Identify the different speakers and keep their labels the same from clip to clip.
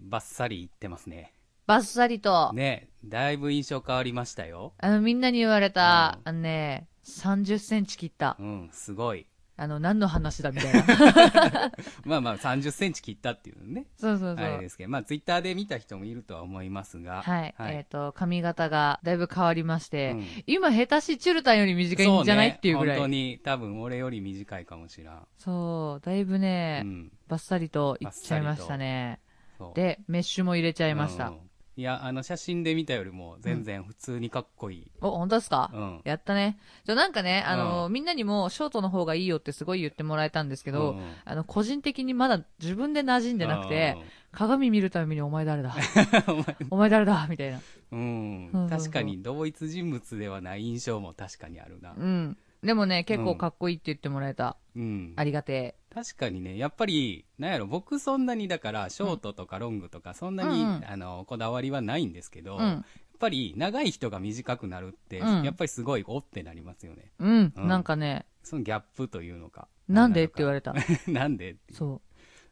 Speaker 1: バッサリ言ってますね。
Speaker 2: バッサリと。
Speaker 1: ね、だいぶ印象変わりましたよ。
Speaker 2: あの、みんなに言われた、
Speaker 1: うん
Speaker 2: あのね、30センチ切った。
Speaker 1: うん、すごい。
Speaker 2: あの、何の話だみた いな。
Speaker 1: まあまあ、30センチ切ったっていうね。
Speaker 2: そうそうそう。
Speaker 1: あれですけど、まあ、ツイッターで見た人もいるとは思いますが。
Speaker 2: はい。えっ、と、髪型がだいぶ変わりまして、
Speaker 1: うん
Speaker 2: 今下手しチュルタンより短いんじゃない、っていうぐらい。
Speaker 1: そうね本当に、多分俺より短いかもしらん。
Speaker 2: そう、だいぶね、
Speaker 1: うん。
Speaker 2: バッサリといっちゃいましたね。
Speaker 1: そう。
Speaker 2: で、メッシュも入れちゃ
Speaker 1: うん、
Speaker 2: いました。
Speaker 1: いや、あの、写真で見たよりも、全然普通にかっこいい。
Speaker 2: お、本当ですか、
Speaker 1: うん
Speaker 2: やったね。じゃ、なんかね、あの、
Speaker 1: う
Speaker 2: みんなにも、ショートの方がいいよってすごい言ってもらえたんですけど、
Speaker 1: うん
Speaker 2: あの、個人的にまだ自分で馴染んでなくて
Speaker 1: うんうん、
Speaker 2: 鏡見るためにお前誰だ お前誰だみたいな。
Speaker 1: うん
Speaker 2: そうそう。そ
Speaker 1: 確
Speaker 2: う
Speaker 1: かに、同一人物ではない印象も確かにあるな
Speaker 2: う。ん。でもね、結構かっこいいって言ってもらえた。
Speaker 1: うん。
Speaker 2: ありがて
Speaker 1: 確かにね、やっぱり、なんやろ、僕そんなにだから、ショートとかロングとか、そんなに、
Speaker 2: うんうん
Speaker 1: あの、こだわりはないんですけど、
Speaker 2: うん
Speaker 1: やっぱり、長い人が短くなるって、
Speaker 2: うん
Speaker 1: やっぱりすごい、おってなりますよね。
Speaker 2: え。うん。
Speaker 1: うん
Speaker 2: なんかね、
Speaker 1: そのギャップというのか。
Speaker 2: なんでって言わ
Speaker 1: れ
Speaker 2: れた。
Speaker 1: た。 なんでって
Speaker 2: そ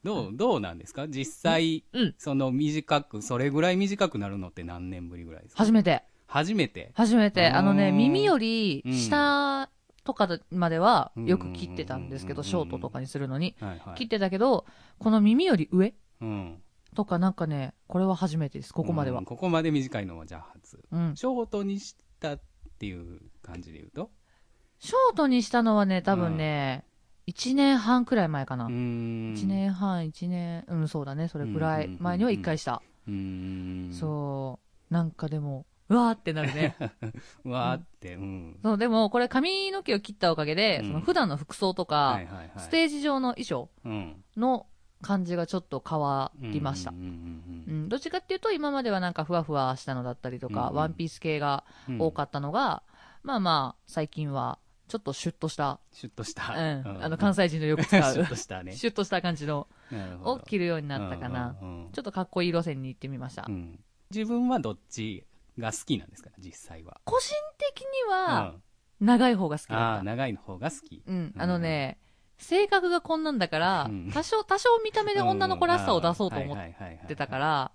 Speaker 1: どう、どうなんですか実際、
Speaker 2: う。うん。
Speaker 1: その短く、それぐらい短くなるのって何年ぶりぐらいですか
Speaker 2: 初めて。
Speaker 1: 初めて。
Speaker 2: 初めて。
Speaker 1: うーん
Speaker 2: あのね、耳より下とかまではよく切ってたんですけど、
Speaker 1: うん
Speaker 2: ショートとかにするのに。
Speaker 1: はいはい。
Speaker 2: 切ってたけど、この耳より上
Speaker 1: うん。
Speaker 2: とかなんかね、これは初めてです。ここまでは
Speaker 1: うん。ここまで短いのはじゃあ初。
Speaker 2: うん。
Speaker 1: ショートにしたっていう感じで言うと
Speaker 2: ショートにしたのはね、多分ね、1年半くらい前かな。
Speaker 1: ん
Speaker 2: 1年半、1年、うん、そうだね。それくら
Speaker 1: うんうんうん
Speaker 2: い
Speaker 1: うん
Speaker 2: 前には1回した。
Speaker 1: うーん
Speaker 2: そう。なんかでも、うわーってなるね。
Speaker 1: うわーって、うん。
Speaker 2: そう、でもこれ髪の毛を切ったおかげで、
Speaker 1: うん
Speaker 2: その普段の服装とか、
Speaker 1: はいはいはい。
Speaker 2: ステージ上の衣装
Speaker 1: うん
Speaker 2: の感じがちょっと変わりました
Speaker 1: うん。うん
Speaker 2: う
Speaker 1: うん
Speaker 2: ん、どっちかっていうと、今まではなんかふわふわしたのだったりとか、
Speaker 1: うんうん
Speaker 2: ワンピース系が
Speaker 1: うん
Speaker 2: 多かったのが、まあまあ、最近は、ちょっとシュッとした、
Speaker 1: シュッとし
Speaker 2: う
Speaker 1: た。
Speaker 2: ん、あの、関西人のよく使
Speaker 1: シュ
Speaker 2: う
Speaker 1: ッ、としたね。
Speaker 2: シュッとした感じの、
Speaker 1: なるほ
Speaker 2: を
Speaker 1: ど
Speaker 2: 着るようになったかな。
Speaker 1: うんうんうん
Speaker 2: ちょっとかっこいい路線に行ってみました。
Speaker 1: うん自分はどっちが好きなんですか、実際は。
Speaker 2: 個人的には、
Speaker 1: うん
Speaker 2: 長い方が好きだ
Speaker 1: あ
Speaker 2: っ
Speaker 1: ー
Speaker 2: た。
Speaker 1: 長いの方が好き。
Speaker 2: うん、あのね、性格がこんなんだから
Speaker 1: うん、
Speaker 2: 多少、多少見た目で女の子らしさを出そうと思っっててたか。ら、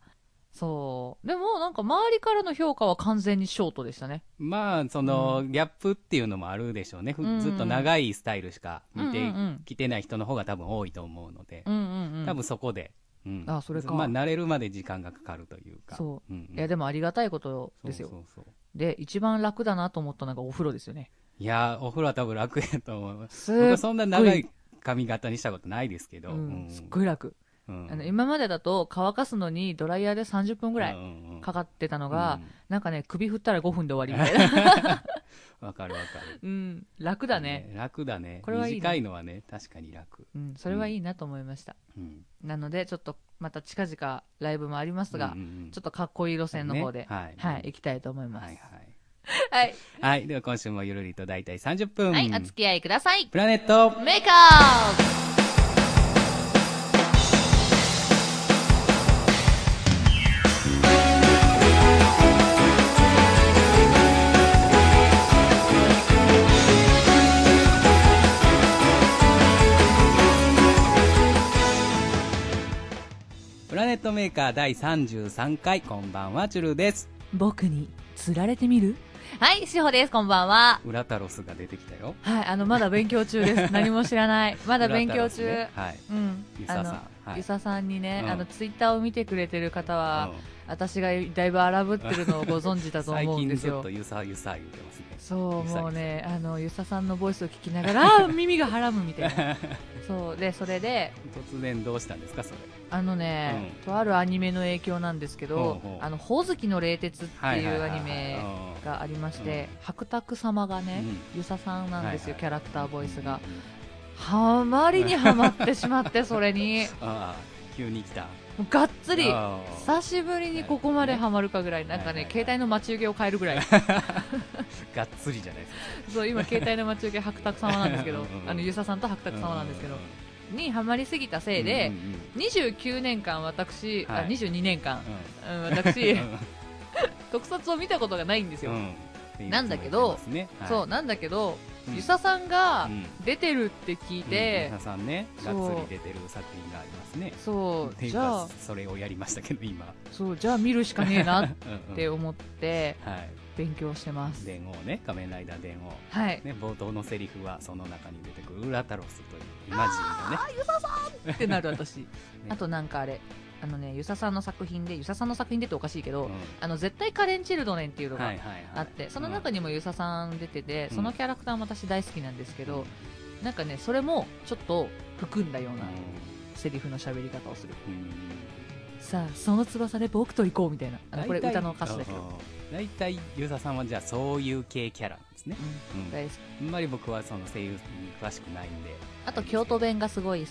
Speaker 2: そう。でも、なんか周りからの評価は完全にショートでしたね。
Speaker 1: まあ、その、ギャップっていうのもあるでしょうね。ふ
Speaker 2: うんうん
Speaker 1: ずっと長いスタイルしか見て
Speaker 2: うんうんうん、
Speaker 1: 着てない人の方が多分多いと思うので
Speaker 2: う、んうんうん。
Speaker 1: 多分そこで。うん
Speaker 2: あそれか
Speaker 1: まあ、慣れるまで時間がかかるというか。
Speaker 2: そう
Speaker 1: うんうん
Speaker 2: いや、でもありがたいことですよ。
Speaker 1: そうそうそう
Speaker 2: で、一番楽だなと思ったのがお風呂ですよね。
Speaker 1: いやー、お風呂は多分楽やと思います。
Speaker 2: すっごい
Speaker 1: 僕はそんな長い髪型にしたことないですけど。
Speaker 2: うん、すっごい楽。
Speaker 1: うん
Speaker 2: あの、今までだと乾かすのにドライヤーで30分ぐ
Speaker 1: う
Speaker 2: らい
Speaker 1: んうんうん
Speaker 2: かかってたのが、
Speaker 1: うん
Speaker 2: なんかね、首振ったら5分で終わりみたいな。
Speaker 1: わかるわかる。
Speaker 2: うん、楽だね。。
Speaker 1: 楽だね。
Speaker 2: これはいいね
Speaker 1: 短いのはね、確かに楽。
Speaker 2: うん、それはいいなと思いました。
Speaker 1: うん。
Speaker 2: なので、ちょっとまた近々ライブもありますが、
Speaker 1: うんうんうん
Speaker 2: ちょっとかっこいい路線の方で、
Speaker 1: ねはい
Speaker 2: はい、行きたいと思います。
Speaker 1: はいはい。
Speaker 2: はい。
Speaker 1: はい。では今週もゆるりと大体30分。
Speaker 2: はい、お付き合いください。
Speaker 1: プラネット
Speaker 2: メイクアッ
Speaker 1: プラネットメーカー第33回、こんばんは、チュルです。
Speaker 2: プ僕に釣られてみるはい、しほです、こんばんは。
Speaker 1: ウラタロスが出てきたよ。
Speaker 2: はい、あの、まだ勉強 中です。何も知らない。まだ勉強中。
Speaker 1: ウラタロスねはい。
Speaker 2: うん。
Speaker 1: ゆささん
Speaker 2: あの
Speaker 1: はい
Speaker 2: ゆささんにね、
Speaker 1: うん
Speaker 2: あの、ツイッターを見てくれてる方は、
Speaker 1: うん
Speaker 2: 私がだいぶ荒ぶってるのをご存知だと
Speaker 1: 最
Speaker 2: 思うん
Speaker 1: 近
Speaker 2: です
Speaker 1: ずっ
Speaker 2: よ
Speaker 1: と。ゆさゆさ言ってますね。
Speaker 2: そ
Speaker 1: ゆさ
Speaker 2: う、
Speaker 1: ゆさ
Speaker 2: もうね、あの、ゆささんのボイスを聞き ながら、あー耳がはらむみたいな。そう、で、それで、
Speaker 1: 突然どうしたんですか、それ。
Speaker 2: あのね、とあるアニメの影響なんですけど、
Speaker 1: ほうほう
Speaker 2: あの、ほおずきの冷徹って
Speaker 1: はい
Speaker 2: いうアニメ
Speaker 1: が
Speaker 2: がありまして、白濁様がね、遊佐さんなんですよ、キャラクターボイスが。。
Speaker 1: うんうん
Speaker 2: はまりにはまってしまって、それに。
Speaker 1: ああ、急に来た。
Speaker 2: もうがっつり、
Speaker 1: ああ
Speaker 2: 久しぶりにここまではまるかぐらい、なんか
Speaker 1: はいはい
Speaker 2: ね、
Speaker 1: はい
Speaker 2: 携帯の待ち受けを変える ぐらい。
Speaker 1: がっつりじゃないですか。
Speaker 2: そう、今、携帯の待ち受け、白濁様なんですけ
Speaker 1: う
Speaker 2: ど
Speaker 1: んうんう、ん
Speaker 2: あの、遊佐さんと白濁様なんですけど、にはまりすぎたせいで
Speaker 1: うん、うんうん
Speaker 2: 29年間私、
Speaker 1: は
Speaker 2: あ、
Speaker 1: い
Speaker 2: 22年間、
Speaker 1: う
Speaker 2: うん私
Speaker 1: ん、
Speaker 2: 特撮を見たことがないんです
Speaker 1: う
Speaker 2: よ。
Speaker 1: ん
Speaker 2: なんだけど
Speaker 1: っていつも言ってますねはい
Speaker 2: そう、なんだけど、
Speaker 1: うん
Speaker 2: 遊佐さん
Speaker 1: う
Speaker 2: が
Speaker 1: ん
Speaker 2: 出てるって聞い
Speaker 1: うん
Speaker 2: て
Speaker 1: 皆、さんね
Speaker 2: そ
Speaker 1: がっ
Speaker 2: う
Speaker 1: つり出てる作品がありますね
Speaker 2: そ
Speaker 1: って
Speaker 2: う
Speaker 1: いう
Speaker 2: じゃ
Speaker 1: か
Speaker 2: あ
Speaker 1: それをやりましたけど今
Speaker 2: そうじゃあ見るしかねえ
Speaker 1: う
Speaker 2: なっ
Speaker 1: んうん
Speaker 2: て思って
Speaker 1: はい
Speaker 2: 勉強してます
Speaker 1: 伝王ね仮面ライダー伝王
Speaker 2: はい
Speaker 1: ね、冒頭のセリフはその中に出てくるウラタロスというイマジンのね
Speaker 2: ああ遊佐さんってなる 私、あとなんかあれあのね遊佐さんの作品で遊佐さんの作品でっておかしいけど、
Speaker 1: う
Speaker 2: あの絶対カレン・チルドレンっていうの
Speaker 1: んは
Speaker 2: が
Speaker 1: いはいはい
Speaker 2: あって、その中にも遊佐さん出てて、
Speaker 1: うん
Speaker 2: そのキャラクターも私大好きなんですけ
Speaker 1: け
Speaker 2: ど、なんかねそれもちょっと含んだよう
Speaker 1: うん
Speaker 2: なセリフの喋り方をする、
Speaker 1: うん
Speaker 2: さあその翼で僕と行こうみたいなあのこれ
Speaker 1: 大体
Speaker 2: 歌の歌詞だけど、
Speaker 1: うん大体ユーザーさんはじゃあそういう系キャラなんですね、
Speaker 2: う、
Speaker 1: うんん、
Speaker 2: 大好き
Speaker 1: あんまり僕はその声優に詳しくないんで
Speaker 2: あと京都弁がすごい好き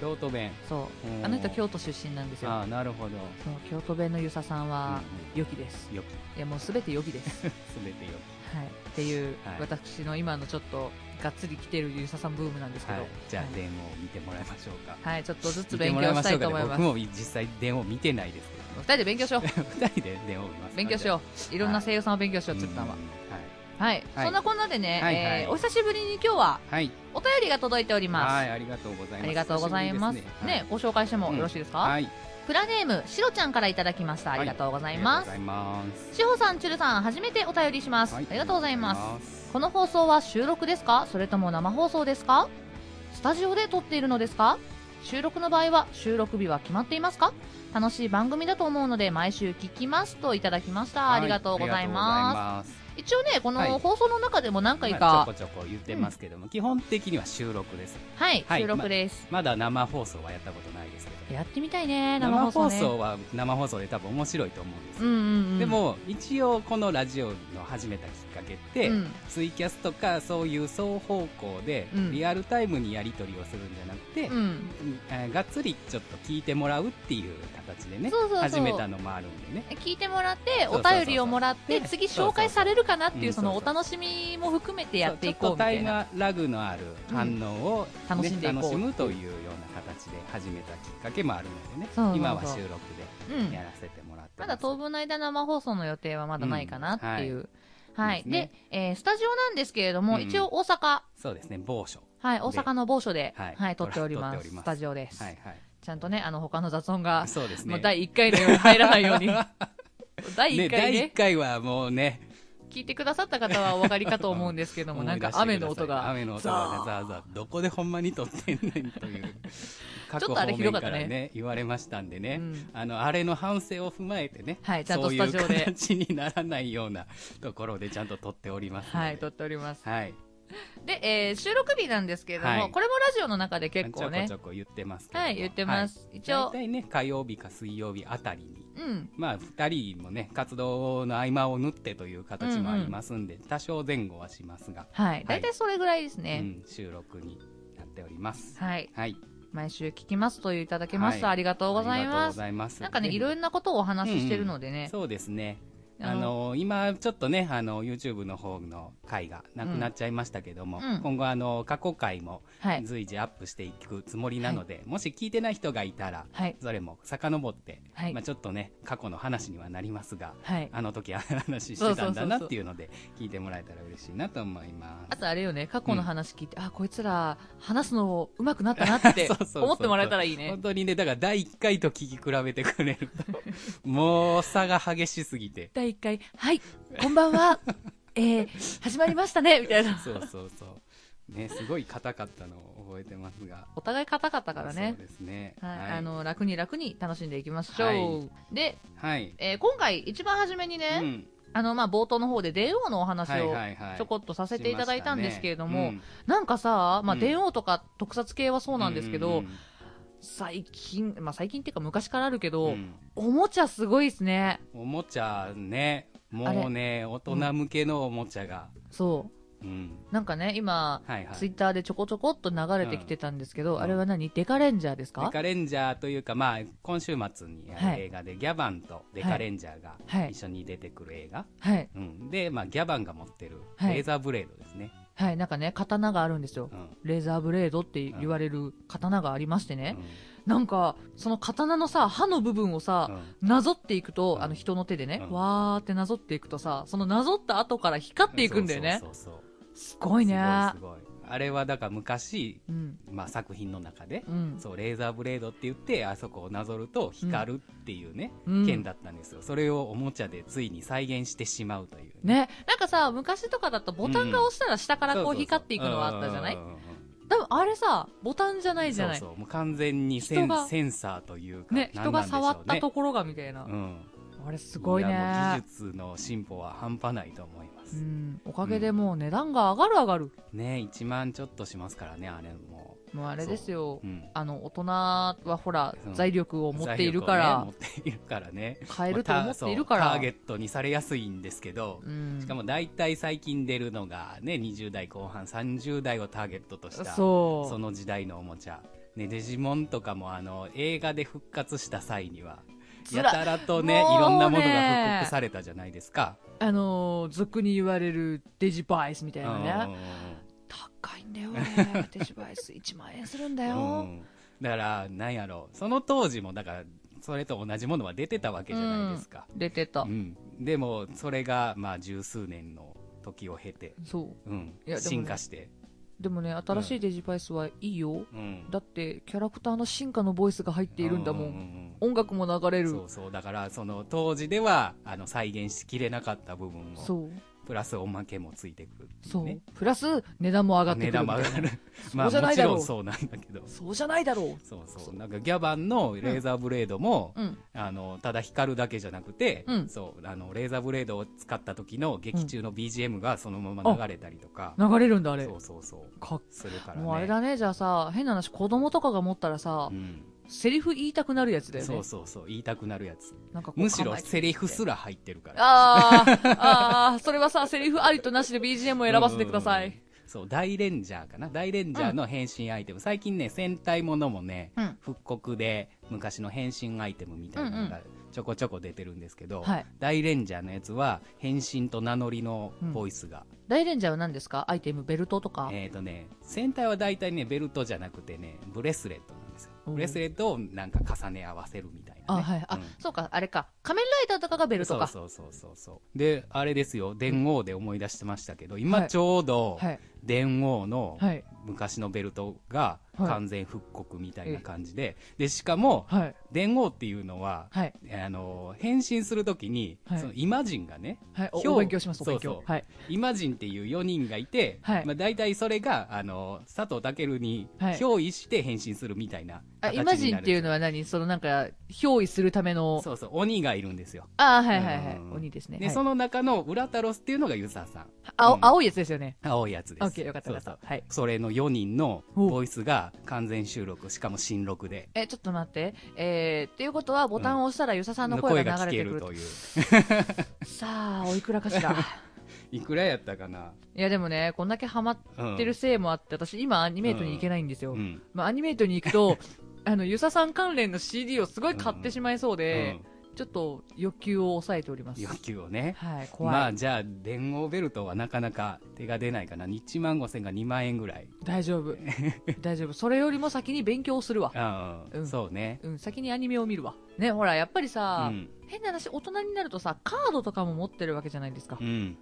Speaker 1: 京都弁
Speaker 2: そう
Speaker 1: うん
Speaker 2: あの人京都出身なんです
Speaker 1: あ
Speaker 2: よ
Speaker 1: あなるほど
Speaker 2: そう京都弁の遊佐さんは良きです、
Speaker 1: よき
Speaker 2: いやもう全て良きです、
Speaker 1: す
Speaker 2: は
Speaker 1: べてよ
Speaker 2: い、っていう、
Speaker 1: はい
Speaker 2: 私の今のちょっとがっつり来てる遊佐さんブームなんで
Speaker 1: き、
Speaker 2: すけ
Speaker 1: は
Speaker 2: ど、
Speaker 1: い、じゃ
Speaker 2: はい
Speaker 1: あ電話を見てもらいましょうか
Speaker 2: はい、ちょっとずつ
Speaker 1: 見て
Speaker 2: 勉
Speaker 1: も
Speaker 2: 強
Speaker 1: らいま
Speaker 2: した
Speaker 1: しょ
Speaker 2: いうと
Speaker 1: か
Speaker 2: 思い
Speaker 1: 僕
Speaker 2: ます。
Speaker 1: も実際電話見てないです
Speaker 2: 二人で勉強しよ
Speaker 1: け
Speaker 2: う。
Speaker 1: ど、ね、2人 で電話を見ます
Speaker 2: 勉強し
Speaker 1: う
Speaker 2: よう。いろんな声優さんを勉強しよう、つ
Speaker 1: ち
Speaker 2: っ
Speaker 1: ょ
Speaker 2: たんは。
Speaker 1: はい
Speaker 2: はい。
Speaker 1: はい
Speaker 2: そんなこんなでね、
Speaker 1: はいはい
Speaker 2: えーお久しぶりに今日は
Speaker 1: はい、
Speaker 2: お便りが届いておりま
Speaker 1: は
Speaker 2: す。
Speaker 1: い、ありがとうございます。
Speaker 2: ありがとうございます。
Speaker 1: 久
Speaker 2: ね
Speaker 1: しぶりです
Speaker 2: ご紹介しても
Speaker 1: うん
Speaker 2: よろしいですか、
Speaker 1: はい、はい
Speaker 2: プラネーム、しろちゃんからいただきました。ありがとうございます。
Speaker 1: ありがとうございます。
Speaker 2: しほさん、ちゅるさん、初めてお便りします。
Speaker 1: はい
Speaker 2: ありがとうございます。
Speaker 1: す
Speaker 2: この放送は収録ですかそれとも生放送ですかスタジオで撮っているのですか収録の場合は収録日は決まっていますか楽しい番組だと思うので毎週聞きますといただきました、
Speaker 1: はい
Speaker 2: ありがとうござ
Speaker 1: ありが
Speaker 2: いま
Speaker 1: とうございます。
Speaker 2: す一応ねこ
Speaker 1: は
Speaker 2: の
Speaker 1: い
Speaker 2: 放送の中でも何回
Speaker 1: まあ
Speaker 2: か
Speaker 1: ちょこちょこ言ってますけども、基本的には収録です。
Speaker 2: はい、
Speaker 1: はい
Speaker 2: 収録です、
Speaker 1: まだ生放送はやったことないですけど。
Speaker 2: やってみたいね生放送ね
Speaker 1: は生放送で多分面白いと思うんです
Speaker 2: うん
Speaker 1: よ。
Speaker 2: うんうん
Speaker 1: でも、一応このラジオの始めたきっかけって、
Speaker 2: うん
Speaker 1: ツイキャスとかそういう双方向で
Speaker 2: うん
Speaker 1: リアルタイムにやり取りをするんじゃなくて、
Speaker 2: うん
Speaker 1: えーがっつりちょっと聞いてもらうっていう形でね
Speaker 2: そうそうそう
Speaker 1: 始めたのもあるんでね
Speaker 2: 聞いてもらって
Speaker 1: そう
Speaker 2: お
Speaker 1: そうそうそう
Speaker 2: 便りをもらって
Speaker 1: で
Speaker 2: 次紹介されるかなっていうそ
Speaker 1: そう
Speaker 2: の
Speaker 1: そ
Speaker 2: お
Speaker 1: うそう
Speaker 2: 楽しみも含めてやってい
Speaker 1: ちょ
Speaker 2: こ
Speaker 1: っと
Speaker 2: うみ
Speaker 1: タ
Speaker 2: た
Speaker 1: イ
Speaker 2: いな
Speaker 1: ムラグのある反応を、ね
Speaker 2: うん楽しんでいこう
Speaker 1: 楽しむというような形で始めたきっかけもあるのでね
Speaker 2: そうそうそう
Speaker 1: 今は収録
Speaker 2: うん
Speaker 1: でやらせてもらってま
Speaker 2: ま
Speaker 1: す
Speaker 2: だ当分の間生放送の予定はまだないかなっていう。
Speaker 1: うん
Speaker 2: はい。
Speaker 1: はい
Speaker 2: で
Speaker 1: いいです
Speaker 2: えースタジオなんですけれども、
Speaker 1: うん
Speaker 2: 一応大阪、
Speaker 1: そうですね某所
Speaker 2: はい、大阪の某所で、は、
Speaker 1: はいい
Speaker 2: 撮っておりま
Speaker 1: 撮ってお
Speaker 2: す。
Speaker 1: ります
Speaker 2: スタジオです、
Speaker 1: はいはい
Speaker 2: ちゃんとね、あの、他の雑音が、
Speaker 1: そうですね
Speaker 2: もう第1回のように入らな いように。第
Speaker 1: ね
Speaker 2: 1回
Speaker 1: 第
Speaker 2: ね
Speaker 1: 1回はもうね
Speaker 2: 聞いてくださった方はお分かりかと思うんですけども、なんか
Speaker 1: 思い出
Speaker 2: 雨
Speaker 1: してください
Speaker 2: の音が、
Speaker 1: 雨の音がね
Speaker 2: ザー
Speaker 1: ザーザーどこでほんまに撮ってんねんという
Speaker 2: ち
Speaker 1: 各
Speaker 2: ょ
Speaker 1: 方
Speaker 2: っとあれひど
Speaker 1: 面
Speaker 2: かっ
Speaker 1: か
Speaker 2: たね
Speaker 1: らね言われましたんでね、
Speaker 2: うん
Speaker 1: あのあれの反省を踏まえてね、
Speaker 2: はいちゃんと
Speaker 1: そう
Speaker 2: ス
Speaker 1: い
Speaker 2: タ
Speaker 1: う
Speaker 2: ジオで
Speaker 1: 形にならないようなところでちゃんと撮っておりますので
Speaker 2: はい、撮っております。
Speaker 1: はい
Speaker 2: で、えー収録日なんですけれども、
Speaker 1: はい
Speaker 2: これもラジオの中で結構ね
Speaker 1: ちょ、こちょこ言ってますけども
Speaker 2: はい、言ってま、す。一
Speaker 1: はい、大
Speaker 2: 応、
Speaker 1: 体ね火曜日か水曜日あたりに
Speaker 2: うん、
Speaker 1: まあ2人もね活動の合間を縫ってという形もありますんで、多少前後はしますが、
Speaker 2: はい、大体それぐらいですね。
Speaker 1: うん、収録になっております
Speaker 2: はい。
Speaker 1: はい
Speaker 2: 毎週聞きますといういただきました。
Speaker 1: はい
Speaker 2: ありがとうござ
Speaker 1: あ
Speaker 2: います。
Speaker 1: りがとうございます
Speaker 2: なんかね、
Speaker 1: ぜひ
Speaker 2: いろんなことをお話ししてるのでね。
Speaker 1: そうですね。
Speaker 2: あ
Speaker 1: あ
Speaker 2: の
Speaker 1: の今ちょっとねあの YouTube の方の回がなくなっちゃいましたけども、
Speaker 2: うん
Speaker 1: 今後あの過去回も
Speaker 2: はい。
Speaker 1: 随時アップしていくつもりなので、もし聞いてない人がいたら、
Speaker 2: はい。
Speaker 1: それも遡って、
Speaker 2: はい
Speaker 1: まあちょっとね過去の話にはなりますが、
Speaker 2: はい。
Speaker 1: あの時あの話してたんだな
Speaker 2: そうそうそうそう
Speaker 1: っていうので聞いてもらえたら嬉しいなと思いま
Speaker 2: あとあれよね、過去の話聞いて、あ、こいつら話すの上手くなったなって
Speaker 1: そうそうそう
Speaker 2: 思ってもらえたらいい
Speaker 1: す。
Speaker 2: ね
Speaker 1: 本。当にね、だから第1回と聞き比べてくれると、 もう差が激しすぎて。
Speaker 2: 第1回、はい、こんばんは、えー、始まりましたね、みたいな。
Speaker 1: そうそうそう。ね、すごい硬かったのを覚えてますが。
Speaker 2: お互い硬かったからね
Speaker 1: そう。ですね。
Speaker 2: はい、あ、の、楽に楽に楽しんでいきましょう。
Speaker 1: は
Speaker 2: で、
Speaker 1: はい。
Speaker 2: えー今回一番初めにね、
Speaker 1: うん
Speaker 2: あの、まあ、冒頭の方で電話のお話
Speaker 1: い
Speaker 2: を
Speaker 1: は
Speaker 2: ちょこっとさせていただいたんですけれども、
Speaker 1: しまし
Speaker 2: なんかさ、まあ、
Speaker 1: うん
Speaker 2: 電王とか特撮系はそ
Speaker 1: たね
Speaker 2: うなんですけど、
Speaker 1: うん
Speaker 2: 最近、まあ、最近っていうか昔からあるけど、
Speaker 1: うんうん
Speaker 2: おもちゃすごいですね。
Speaker 1: おもちゃね、もうね、大人向けのおもちゃが。
Speaker 2: そ
Speaker 1: うん。
Speaker 2: う。なんかね、今、
Speaker 1: はいはい。
Speaker 2: ツイッターでちょこちょこっと流れてきてたんですけど、
Speaker 1: うん
Speaker 2: あれは何デカレンジャーです
Speaker 1: デ
Speaker 2: か
Speaker 1: カレンジャーというか、まあ、今週末にやる
Speaker 2: はい
Speaker 1: 映画で、ギャバンとデカレンジャーが
Speaker 2: はい
Speaker 1: 一緒に出てくる映画、
Speaker 2: はい。
Speaker 1: うん、で、まあ、ギャバンが持ってる
Speaker 2: はい
Speaker 1: レーザーブレードですね、
Speaker 2: はい。なんかね、刀があるんですよ
Speaker 1: う。ん
Speaker 2: レーザーブレードって言われる刀がありましてね
Speaker 1: う。ん
Speaker 2: なんか、その刀のさ、刃の部分をさ、
Speaker 1: うん
Speaker 2: なぞっていくと、
Speaker 1: うん
Speaker 2: あの人の手でね、
Speaker 1: うん
Speaker 2: わーってなぞっていくとさ、そのなぞった後から光っていくんだよね。
Speaker 1: そうそうそうそう
Speaker 2: すごいね
Speaker 1: すごいすごいあれはだから昔、
Speaker 2: うん
Speaker 1: まあ、作品の中で、
Speaker 2: うん
Speaker 1: そうレーザーブレードって言ってあそこをなぞると光るっていうね、
Speaker 2: うん
Speaker 1: 剣だったんですよそれをおもちゃでついに再現してしまうという
Speaker 2: ねなんかさ昔とかだとボタンが押したら下からこ
Speaker 1: そうそそ
Speaker 2: 光っていくのはあったじゃない
Speaker 1: うんうんうん
Speaker 2: 多分あれさボタンじゃないじゃない
Speaker 1: そうそうもう完全にセン
Speaker 2: 人が
Speaker 1: センサーというか、
Speaker 2: ね人
Speaker 1: 何な
Speaker 2: が
Speaker 1: んでしょう
Speaker 2: 触った
Speaker 1: ね
Speaker 2: ところがみたいな、
Speaker 1: うん、
Speaker 2: あれすごいね
Speaker 1: やもう技術の進歩は半端ないと思いま
Speaker 2: う
Speaker 1: す、
Speaker 2: んおかげでもう値段が上がる上がる
Speaker 1: ね1万ちょっとしますからねあれも
Speaker 2: もうあれですよ
Speaker 1: う、うん
Speaker 2: あの大人はほら
Speaker 1: うん
Speaker 2: 財力を持っているから、
Speaker 1: 財力をね持っているからね
Speaker 2: 買えると思っているから、
Speaker 1: まあタそうターゲットにされやすいんですけど、
Speaker 2: うん
Speaker 1: しかも大体最近出るのがね20代後半30代をターゲットとした
Speaker 2: そう
Speaker 1: その時代のおもちゃ、ね、デジモンとかもあの映画で復活した際には
Speaker 2: つら
Speaker 1: やたらとね
Speaker 2: もうね
Speaker 1: いろんなものが復刻されたじゃないですか、
Speaker 2: あのー俗に言われるデジバイスみたい
Speaker 1: うんうん
Speaker 2: なね高いんだよ ねデジバイス1万円するんだ
Speaker 1: うんうんう
Speaker 2: よ
Speaker 1: んだからなんやろうその当時もだからそれと同じものは出てたわけじゃないですか、
Speaker 2: 出てた、
Speaker 1: うんでもそれがまあ十数年の時を経て、
Speaker 2: そう
Speaker 1: うん
Speaker 2: いやでもね
Speaker 1: 進化して、
Speaker 2: でもね新しいデジバイスはいいよ、
Speaker 1: うん、
Speaker 2: だってキャラクターの進化のボイスが入っているんだもん,、
Speaker 1: ううん
Speaker 2: 音楽も流れ
Speaker 1: うん
Speaker 2: る
Speaker 1: そうそうだからその当時ではあの再現しきれなかった部分
Speaker 2: そ
Speaker 1: も
Speaker 2: う
Speaker 1: プラスおまけもついてくるってい
Speaker 2: そう
Speaker 1: ね
Speaker 2: プラス値段も上がって
Speaker 1: 値
Speaker 2: く
Speaker 1: 段
Speaker 2: るみ
Speaker 1: も
Speaker 2: た
Speaker 1: 上
Speaker 2: いな
Speaker 1: がるま
Speaker 2: そうじゃ
Speaker 1: あ
Speaker 2: な
Speaker 1: も
Speaker 2: い
Speaker 1: ち
Speaker 2: だろう
Speaker 1: ろんそうなんだけど
Speaker 2: そうじゃないだろ
Speaker 1: そうそ
Speaker 2: そう
Speaker 1: うなんかギャバンのレーザーブレードも、
Speaker 2: う、うん、
Speaker 1: あのただ光るだけじゃなくて、
Speaker 2: うん
Speaker 1: そうあのレーザーブレードを使った時の劇中の BGM がそのまま流れたりとか、
Speaker 2: 流れるんだあれ
Speaker 1: そうそうそう
Speaker 2: かっ
Speaker 1: するからね
Speaker 2: もうあれだねじゃあさ変な話子供とかが持ったらさ、
Speaker 1: うん
Speaker 2: セリフ言いたくなるやつだよね
Speaker 1: そうそうそう言いたくなるやつ
Speaker 2: なんかこう
Speaker 1: むし
Speaker 2: 考
Speaker 1: ろ
Speaker 2: えて
Speaker 1: セリフすら入ってるから
Speaker 2: あーあーそれはさセリフありとなしで BGM を選ばせてくだ
Speaker 1: う
Speaker 2: さ
Speaker 1: んうんう
Speaker 2: い
Speaker 1: んそう大レンジャーかな大レンジャーの変身アイテム、最近ね戦隊ものもね、
Speaker 2: うん
Speaker 1: 復刻で昔の変身アイテムみたいなのがちょこちょこ出てるんですけど、
Speaker 2: はい
Speaker 1: 大レンジャーのやつは変身と名乗りのボイスが、
Speaker 2: 大レンジャーは何ですかアイテムベルトとか、
Speaker 1: えっ、とね戦隊は大体ねベルトじゃなくてねブレスレットなんですよ
Speaker 2: うん
Speaker 1: ブレスレットをなんか重ね合わせるみたいな、ね、
Speaker 2: あはいあ、
Speaker 1: うん
Speaker 2: そうかあれか仮面ライダーとかがベルトか
Speaker 1: そうそうそうそうそうであれですよ電王で思い出してましたけど今ちょうど
Speaker 2: はい
Speaker 1: 電王の
Speaker 2: はい
Speaker 1: 昔のベルトが
Speaker 2: はい
Speaker 1: 完全復刻みたいな感じで、で、しかも、
Speaker 2: はい
Speaker 1: 電王っていうのは、
Speaker 2: はい
Speaker 1: あの、変身するときに、
Speaker 2: はい
Speaker 1: そのイマジンがね、
Speaker 2: はい
Speaker 1: ひょ
Speaker 2: お
Speaker 1: う
Speaker 2: お勉強しますお勉強
Speaker 1: そうそう
Speaker 2: はい
Speaker 1: イマジンっていう4人がいて、
Speaker 2: はい
Speaker 1: まあ大体それが、あの、佐藤健に
Speaker 2: はい
Speaker 1: 憑依して変身するみたいな形にな
Speaker 2: あイ
Speaker 1: るんで
Speaker 2: マ
Speaker 1: すよ
Speaker 2: ジンっていうのは何そのなんか憑依するための
Speaker 1: そうそう、鬼がいるんですよ。
Speaker 2: ああはいはいはい
Speaker 1: うん
Speaker 2: 鬼ですね
Speaker 1: で、
Speaker 2: はい
Speaker 1: その中の裏太郎っていうのがユサさん。
Speaker 2: 青
Speaker 1: うん
Speaker 2: 青いやつですよね
Speaker 1: 青いやつです。
Speaker 2: オッケーよかったよかっ
Speaker 1: そう
Speaker 2: た
Speaker 1: そう
Speaker 2: はい
Speaker 1: それの4人の
Speaker 2: お
Speaker 1: ボイスが完全収録、しかも新録で。
Speaker 2: えちょっと待ってえー、っていうことはボタンを押したらユサさんの声が流れてくる
Speaker 1: という。
Speaker 2: さあおいくらか しら
Speaker 1: いくらやったかない
Speaker 2: やでもねこんだけハマっ
Speaker 1: うん
Speaker 2: てるせいもあって、私今アニメートに行けないんですよ、
Speaker 1: うん
Speaker 2: まあ、アニメートに行 くとあのユサさん関連の CD をすごい買ってしまいそうで、ちょっと欲求を抑えておりま
Speaker 1: う
Speaker 2: す
Speaker 1: ん、欲求をね、
Speaker 2: はい怖い、
Speaker 1: まあじゃあ電王ベルトはなかなか手が出ないかな1万5000が2万円ぐらい
Speaker 2: 大丈夫大丈夫それよりも先に勉強をするわ
Speaker 1: ああ、
Speaker 2: うん
Speaker 1: そうね
Speaker 2: うん、先にアニメを見るわねほらやっぱり
Speaker 1: う
Speaker 2: さ、
Speaker 1: ん、
Speaker 2: 変な話大人になるとさカードとかも持ってるわけじゃないですか、
Speaker 1: うん、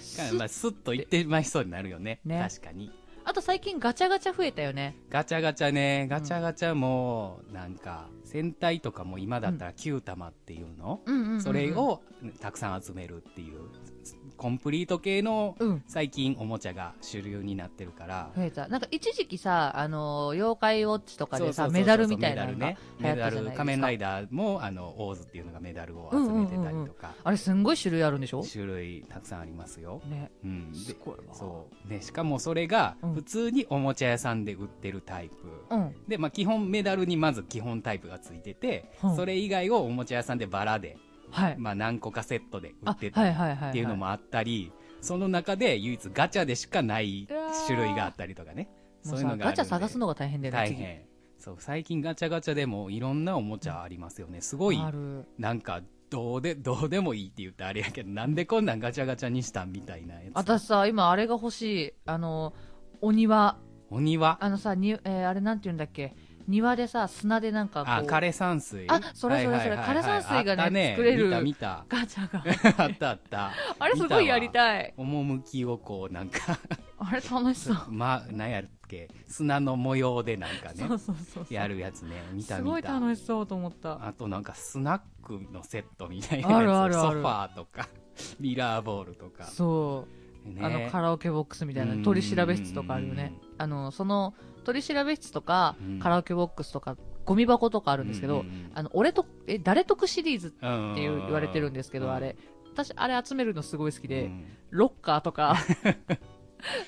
Speaker 2: す
Speaker 1: だからまあスッといってまいそうになるよね
Speaker 2: ね
Speaker 1: 確かに
Speaker 2: あと最近ガチャガチャ増えたよね
Speaker 1: ガチャガチャねガチャガチャもなんか戦隊とかも今だったら9玉っていうの、
Speaker 2: うんうんうんうん
Speaker 1: それをたくさん集めるっていうコンプリート系の
Speaker 2: うん
Speaker 1: 最近おもちゃが主流になってるから、
Speaker 2: 増えたなんか一時期さあの妖怪ウォッチとかで
Speaker 1: そうそうそうそ
Speaker 2: さ
Speaker 1: う
Speaker 2: メダルみたいな
Speaker 1: メ
Speaker 2: の
Speaker 1: ダ
Speaker 2: が
Speaker 1: ルね
Speaker 2: 流
Speaker 1: メ
Speaker 2: 行っ
Speaker 1: ダ
Speaker 2: たじゃないですか
Speaker 1: ル仮面ライダーもあのオーズっていうのがメダルを集めてたりとか、
Speaker 2: あれすんごい種類あるんでしょ
Speaker 1: 種類たくさんありますよ、
Speaker 2: ね
Speaker 1: うん、です
Speaker 2: ごいわ
Speaker 1: そうねしかもそれが
Speaker 2: うん
Speaker 1: 普通におもちゃ屋さんで売ってるタイプ、
Speaker 2: うん
Speaker 1: で、まあ、基本メダルにまず基本タイプがついてて、
Speaker 2: うん
Speaker 1: それ以外をおもちゃ屋さんでバラで、
Speaker 2: はい、
Speaker 1: まあ、何個かセットで売
Speaker 2: あ
Speaker 1: って
Speaker 2: は
Speaker 1: た
Speaker 2: い
Speaker 1: り
Speaker 2: はいはい
Speaker 1: っていうのもあったり、その中で唯一ガチャでしかない種類があったりとかね
Speaker 2: も
Speaker 1: そうういうのが
Speaker 2: さ
Speaker 1: あ
Speaker 2: ガ
Speaker 1: るんで
Speaker 2: チャ探すのが大変だよね
Speaker 1: 大変そう最近ガチャガチャでもいろんなおもちゃありますよねすごい
Speaker 2: 次ある
Speaker 1: なんかどうでどうでもいいって言ったらあれやけどなんでこんなんガチャガチャにしたんみたいなやつ
Speaker 2: 私さ今あれが欲しいあのお庭
Speaker 1: 鬼は
Speaker 2: あのさに、えーあれなんて言うんだっけ庭でさ砂でなんかこう
Speaker 1: あ、枯山水。
Speaker 2: あそれそれそ
Speaker 1: はいはいはい
Speaker 2: れ
Speaker 1: はい
Speaker 2: 枯山水が
Speaker 1: あった
Speaker 2: ね作れる
Speaker 1: 見た
Speaker 2: ガチャが
Speaker 1: 見た。あったあった。
Speaker 2: あれすごいやり
Speaker 1: い。
Speaker 2: たい
Speaker 1: 趣をこう、なんか、
Speaker 2: あれ楽しそう、
Speaker 1: ま、なんやっけ、砂の模様でなんかね
Speaker 2: そ、うそうそうそう
Speaker 1: やるやつね。見た
Speaker 2: す
Speaker 1: 見
Speaker 2: ごい
Speaker 1: た。
Speaker 2: 楽しそうと思った
Speaker 1: あとなんかスナックのセットみたいなやつ
Speaker 2: あるあるある
Speaker 1: ソファーとか、 ミラーボールとか。
Speaker 2: そう
Speaker 1: ね
Speaker 2: あのカラオケボックスみたいな
Speaker 1: うん
Speaker 2: 取り調べ室とかあるよねあのその取り調べ室とか、
Speaker 1: うん
Speaker 2: カラオケボックスとかゴミ箱とかあるんですけど、
Speaker 1: うんうんうん
Speaker 2: あの俺とえ誰得シリーズっ
Speaker 1: うん
Speaker 2: ていう言われてるんですけど、あれ私あれ集めるのすごい好きで、
Speaker 1: うん
Speaker 2: ロッカーと か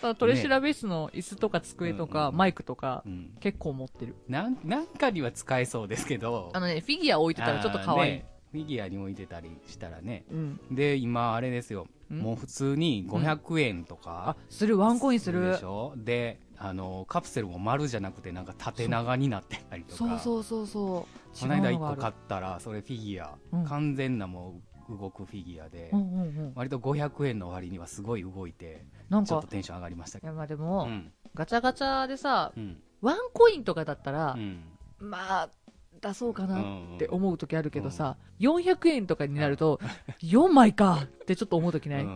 Speaker 2: その取り調べ室の椅子とか机と
Speaker 1: うん
Speaker 2: か、
Speaker 1: うんうん
Speaker 2: マイクとか、
Speaker 1: うん
Speaker 2: 結構持ってる
Speaker 1: なんなんかには使えそうですけど
Speaker 2: あのねフィギュア置いてたらちょっと
Speaker 1: あ
Speaker 2: 可愛い、
Speaker 1: ーねフィギュアに置いてたりしたらね
Speaker 2: うん
Speaker 1: で今あれですよ
Speaker 2: ん
Speaker 1: もう普通に500円とか、
Speaker 2: するワンコインする
Speaker 1: でしょであのカプセルも丸じゃなくてなんか縦長になってたりとか
Speaker 2: そう
Speaker 1: う
Speaker 2: そうそうそう
Speaker 1: この間1個
Speaker 2: る
Speaker 1: 買ったらそれフィギュア、
Speaker 2: うん
Speaker 1: 完全なもう動くフィギュアで、
Speaker 2: うんうんうん、
Speaker 1: 割と500円の割にはすごい動いて
Speaker 2: なん
Speaker 1: ちょっ
Speaker 2: か
Speaker 1: とテンション上がりました
Speaker 2: い
Speaker 1: けど
Speaker 2: やまあで
Speaker 1: う
Speaker 2: も、
Speaker 1: ん
Speaker 2: ガチャガチャでさ
Speaker 1: うん
Speaker 2: ワンコインとかだったら
Speaker 1: う、ん
Speaker 2: まあ出そうかなって
Speaker 1: っ
Speaker 2: 思う時あるけどさ、400円とかになると、4枚かってちょっと思う時ない、500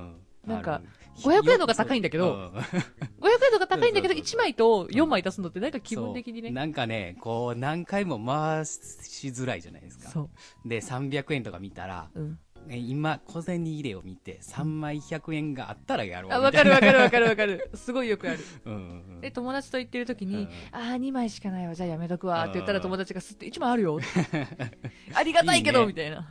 Speaker 2: なんか500円の方が高いんだけど円とか高いんだけど
Speaker 1: そうそうそう
Speaker 2: 1枚と4枚出すのってなんか 気分的にね
Speaker 1: なんかねこう何回も回しづらいじゃないですか
Speaker 2: そう
Speaker 1: で300円とか見たら
Speaker 2: うん、
Speaker 1: え今小銭入れを見て3枚100円があったらやろうみた
Speaker 2: あ
Speaker 1: いな
Speaker 2: わかるわかるわかるわかるすごいよくある
Speaker 1: うんうんうん
Speaker 2: で友達と行ってる時
Speaker 1: う
Speaker 2: に
Speaker 1: ん
Speaker 2: 「ああ2枚しかないわじゃあやめとくわ」って言った
Speaker 1: う
Speaker 2: ら
Speaker 1: ん
Speaker 2: 友達が「すって1枚ある よ」ありがたいけ
Speaker 1: い
Speaker 2: ど
Speaker 1: いね
Speaker 2: みたいな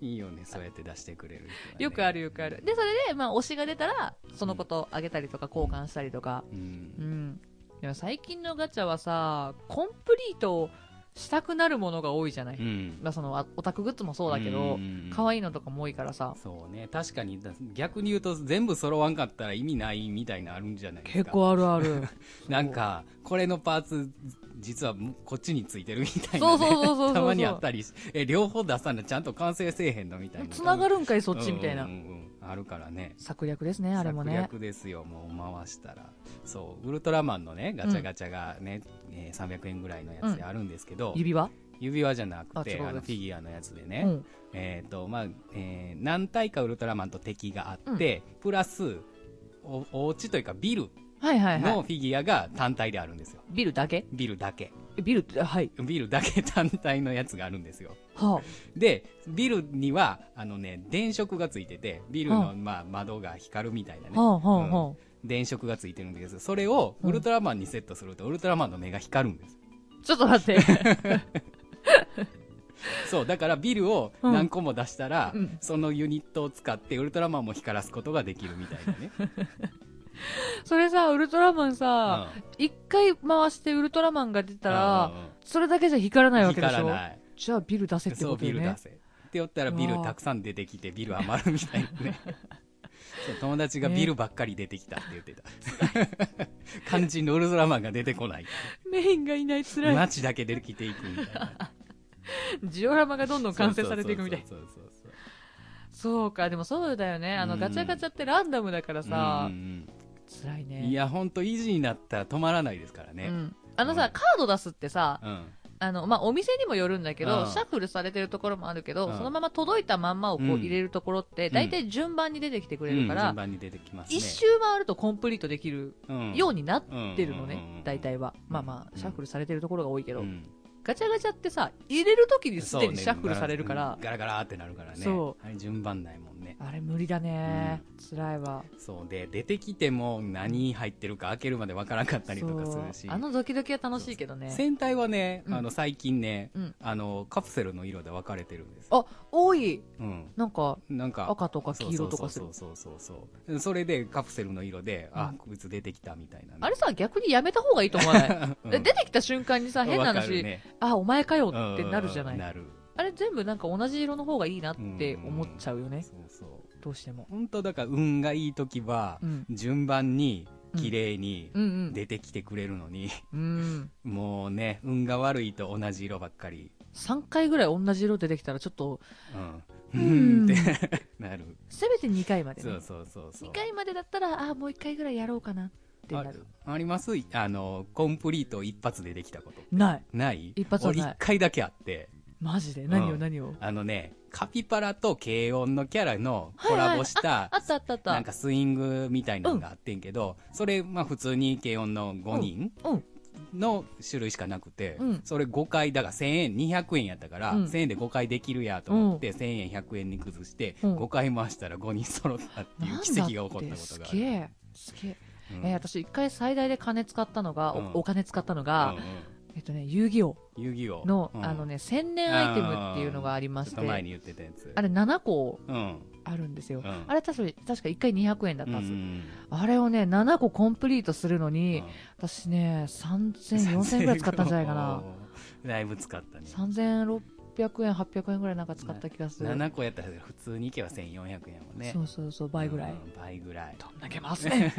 Speaker 2: い
Speaker 1: いよねそうやって出してくれる人はね
Speaker 2: よくあるよくあるでそれでまあ推しが出たらそのことあげたりとか交換したりとか
Speaker 1: う
Speaker 2: うんんでも最近のガチャはさコンプリートしたくなるものが多いじゃない、
Speaker 1: うん
Speaker 2: まあそのあオタクグッズもそうだけど可愛いのとかも多いからさ
Speaker 1: そうね確かにだ逆に言うと全部揃わんかったら意味ないみたいなのあるんじゃないですか
Speaker 2: 結構あるあ る
Speaker 1: なんかこれのパーツ実はこっちについてるみたい
Speaker 2: そ
Speaker 1: な、
Speaker 2: う
Speaker 1: ね、
Speaker 2: そうそうそうそうそう
Speaker 1: たまにあったりしえ両方出さなちゃんと完成せえへんのみたいな
Speaker 2: つなが
Speaker 1: る
Speaker 2: るんかいそっちみたいな、
Speaker 1: うんうんうんあるからね
Speaker 2: 策略ですねあれもね
Speaker 1: 策略ですよもう回したらそうウルトラマンのねガチャガチャがね、えー300円ぐらいのやつであるんですけど、
Speaker 2: 指輪、
Speaker 1: 指輪じゃなく
Speaker 2: あ違
Speaker 1: て
Speaker 2: うやつ
Speaker 1: あのフィギュアのやつで
Speaker 2: う
Speaker 1: ね、
Speaker 2: ん、
Speaker 1: えっ、と、まあ、えー何体かウルトラマンと敵があって、プラス、お、お家というかビル
Speaker 2: はいはいは
Speaker 1: の
Speaker 2: い
Speaker 1: フィギュアが単体であるんですよ。
Speaker 2: ビルだけ
Speaker 1: ビルだけ。
Speaker 2: ビルってはい
Speaker 1: ビルだけ単体のやつがあるんですよ。
Speaker 2: はあ
Speaker 1: で、ビルには、あのね、電飾がついてて、ビル
Speaker 2: はあ
Speaker 1: の、まあ、窓が光るみたいなね
Speaker 2: は。あはあはあ、
Speaker 1: 電飾がついてるんですけど、それをウルトラマンにセットすると、ウルトラマンの目が光るんです。
Speaker 2: ちょっと 待って。
Speaker 1: そう、だからビルを何個も出したら、
Speaker 2: うん
Speaker 1: そのユニットを使ってウルトラマンも光らすことができるみたいな ね。
Speaker 2: それさ、ウルトラマンさ、
Speaker 1: うん
Speaker 2: 一、回回してウルトラマンが出たら、
Speaker 1: うんうんうん
Speaker 2: それだけじゃ光らないわけでし
Speaker 1: 光
Speaker 2: ょ
Speaker 1: らない。
Speaker 2: じゃあビル出せって
Speaker 1: そ
Speaker 2: こ
Speaker 1: う、
Speaker 2: と
Speaker 1: ビ
Speaker 2: よ
Speaker 1: ル出
Speaker 2: ね。
Speaker 1: せ。って言ったらビルたくさん出てきて、ビル余るみたいな ね。そう友達がビルばっかり出てきたって言ってた。 肝心のウルトラマンが出てこない。
Speaker 2: メインがいない、辛い。
Speaker 1: 街だけ出てきていくみたい な。
Speaker 2: ジオラマがどんどん完成されていくみたい。
Speaker 1: そうそうそうそう
Speaker 2: そうか、でもそうだよね。あの、
Speaker 1: うん
Speaker 2: ガチャガチャってランダムだから
Speaker 1: そう。う
Speaker 2: さ
Speaker 1: ん、うん
Speaker 2: 辛い
Speaker 1: うん
Speaker 2: ね。
Speaker 1: いや、ほんと、維持になったら止まらないですから
Speaker 2: う
Speaker 1: ね。
Speaker 2: ん。あの
Speaker 1: う
Speaker 2: さ、
Speaker 1: ん
Speaker 2: カード出すってさ、
Speaker 1: うん。
Speaker 2: あの、まあ、お店にもよるんだけ
Speaker 1: う
Speaker 2: ど、
Speaker 1: ん
Speaker 2: シャッフルされてるところもあるけど、
Speaker 1: うん
Speaker 2: そのまま届いたまんまをこう
Speaker 1: うん
Speaker 2: 入れるところって、大体順番に出てきてくれ
Speaker 1: うん
Speaker 2: るか
Speaker 1: 順
Speaker 2: ら、
Speaker 1: 番に出てきますね。
Speaker 2: 一周回るとコンプリートできる
Speaker 1: うん
Speaker 2: ようになっ
Speaker 1: うん
Speaker 2: てるの
Speaker 1: うんうんうんう
Speaker 2: ね
Speaker 1: ん
Speaker 2: 大体はまあま
Speaker 1: う
Speaker 2: あ
Speaker 1: ん
Speaker 2: シャッフルされてるところが多いけど、
Speaker 1: うん
Speaker 2: ガチャガチャってさ入れる時にす
Speaker 1: そう
Speaker 2: で
Speaker 1: ね
Speaker 2: にシャッフルされるから、
Speaker 1: ガラガラってなるからね。
Speaker 2: そ
Speaker 1: あれ順番ないもんね。
Speaker 2: あれ無理だね、辛いわ
Speaker 1: そうで出てきても何入ってるか開けるまでわからなかったりとかするし
Speaker 2: そうあのドキドキは楽しいけどね
Speaker 1: 船体はね、
Speaker 2: うん
Speaker 1: あの最近ね、
Speaker 2: うん
Speaker 1: あのカプセルの色で分かれてるんです
Speaker 2: あ多い
Speaker 1: うん
Speaker 2: なんか
Speaker 1: なんか
Speaker 2: 赤とか黄色とかする
Speaker 1: そうそうそうそうそうそれでカプセルの色で、あこいつ出てきたみたいなね、
Speaker 2: あれさ逆にやめた方がいいと思わない、
Speaker 1: うん
Speaker 2: で出てきた瞬間にさ変な
Speaker 1: わかる
Speaker 2: 話、
Speaker 1: ね
Speaker 2: あお前かよ
Speaker 1: うん
Speaker 2: ってなるじゃない、
Speaker 1: なる
Speaker 2: あれ全部なんか同じ色の方がいいなって思っちゃうよね、
Speaker 1: そうそう
Speaker 2: どうしても
Speaker 1: 本当だから運がいい時は、
Speaker 2: うん
Speaker 1: 順番に綺麗に
Speaker 2: うんうん
Speaker 1: 出てきてくれるのに、
Speaker 2: うん
Speaker 1: もうね運が悪いと同じ色ばっかり
Speaker 2: 3回ぐらい同じ色出てきたらちょっと
Speaker 1: う
Speaker 2: う
Speaker 1: ん、うん
Speaker 2: ん
Speaker 1: って なる。
Speaker 2: せめて2回までね
Speaker 1: そうそうそうそう。
Speaker 2: 2回までだったらああもう1回ぐらいやろうかなっってなる
Speaker 1: ありますあのコンプリート一発でできたこと
Speaker 2: ない
Speaker 1: ない
Speaker 2: 一発はない
Speaker 1: 俺一回だけあって
Speaker 2: マジで何
Speaker 1: う
Speaker 2: を
Speaker 1: ん
Speaker 2: 何を、
Speaker 1: あのねカピバラと軽音のキャラの
Speaker 2: はい
Speaker 1: コ
Speaker 2: はい
Speaker 1: ラボした
Speaker 2: あったあったあった
Speaker 1: なんかスイングみたいなのがあってんけど、それ、まあ普通に軽音の5人
Speaker 2: うん
Speaker 1: の種類しかなくて、
Speaker 2: うん
Speaker 1: それ5回、だから1000円、200円やったから、
Speaker 2: うん
Speaker 1: 1000円で5回できるやと思って、1000円、100円に崩して、
Speaker 2: うん
Speaker 1: 5回回したら5人揃ったっていう奇跡が起こったことがあ
Speaker 2: すげ
Speaker 1: る。
Speaker 2: えすげえ、
Speaker 1: うん
Speaker 2: えー私一回最大で金使ったのが、お
Speaker 1: うん
Speaker 2: お金使ったの
Speaker 1: う
Speaker 2: が、
Speaker 1: ん
Speaker 2: えっとね遊戯王
Speaker 1: うん遊戯王
Speaker 2: の、
Speaker 1: うん
Speaker 2: あのね千年アイテムっていうのがありまし
Speaker 1: ちょっと前
Speaker 2: て
Speaker 1: に言ってたやつ。
Speaker 2: あれ7個
Speaker 1: うん。
Speaker 2: あるんですよ、
Speaker 1: うん
Speaker 2: あれ確か確か1回200円だっ
Speaker 1: うん
Speaker 2: た
Speaker 1: うん
Speaker 2: です、
Speaker 1: ん
Speaker 2: あれをね7個コンプリートするのに、
Speaker 1: うん
Speaker 2: 私ね30004000円ぐらい使ったんじゃないかな
Speaker 1: おー だいぶ使ったね。
Speaker 2: 3600円800円ぐらいなんか使った気がする、
Speaker 1: 7個やったら普通に行けば1400円やもんね
Speaker 2: そ。うそうそう倍ぐらい、
Speaker 1: うん倍ぐらい。
Speaker 2: どんだけ回す ね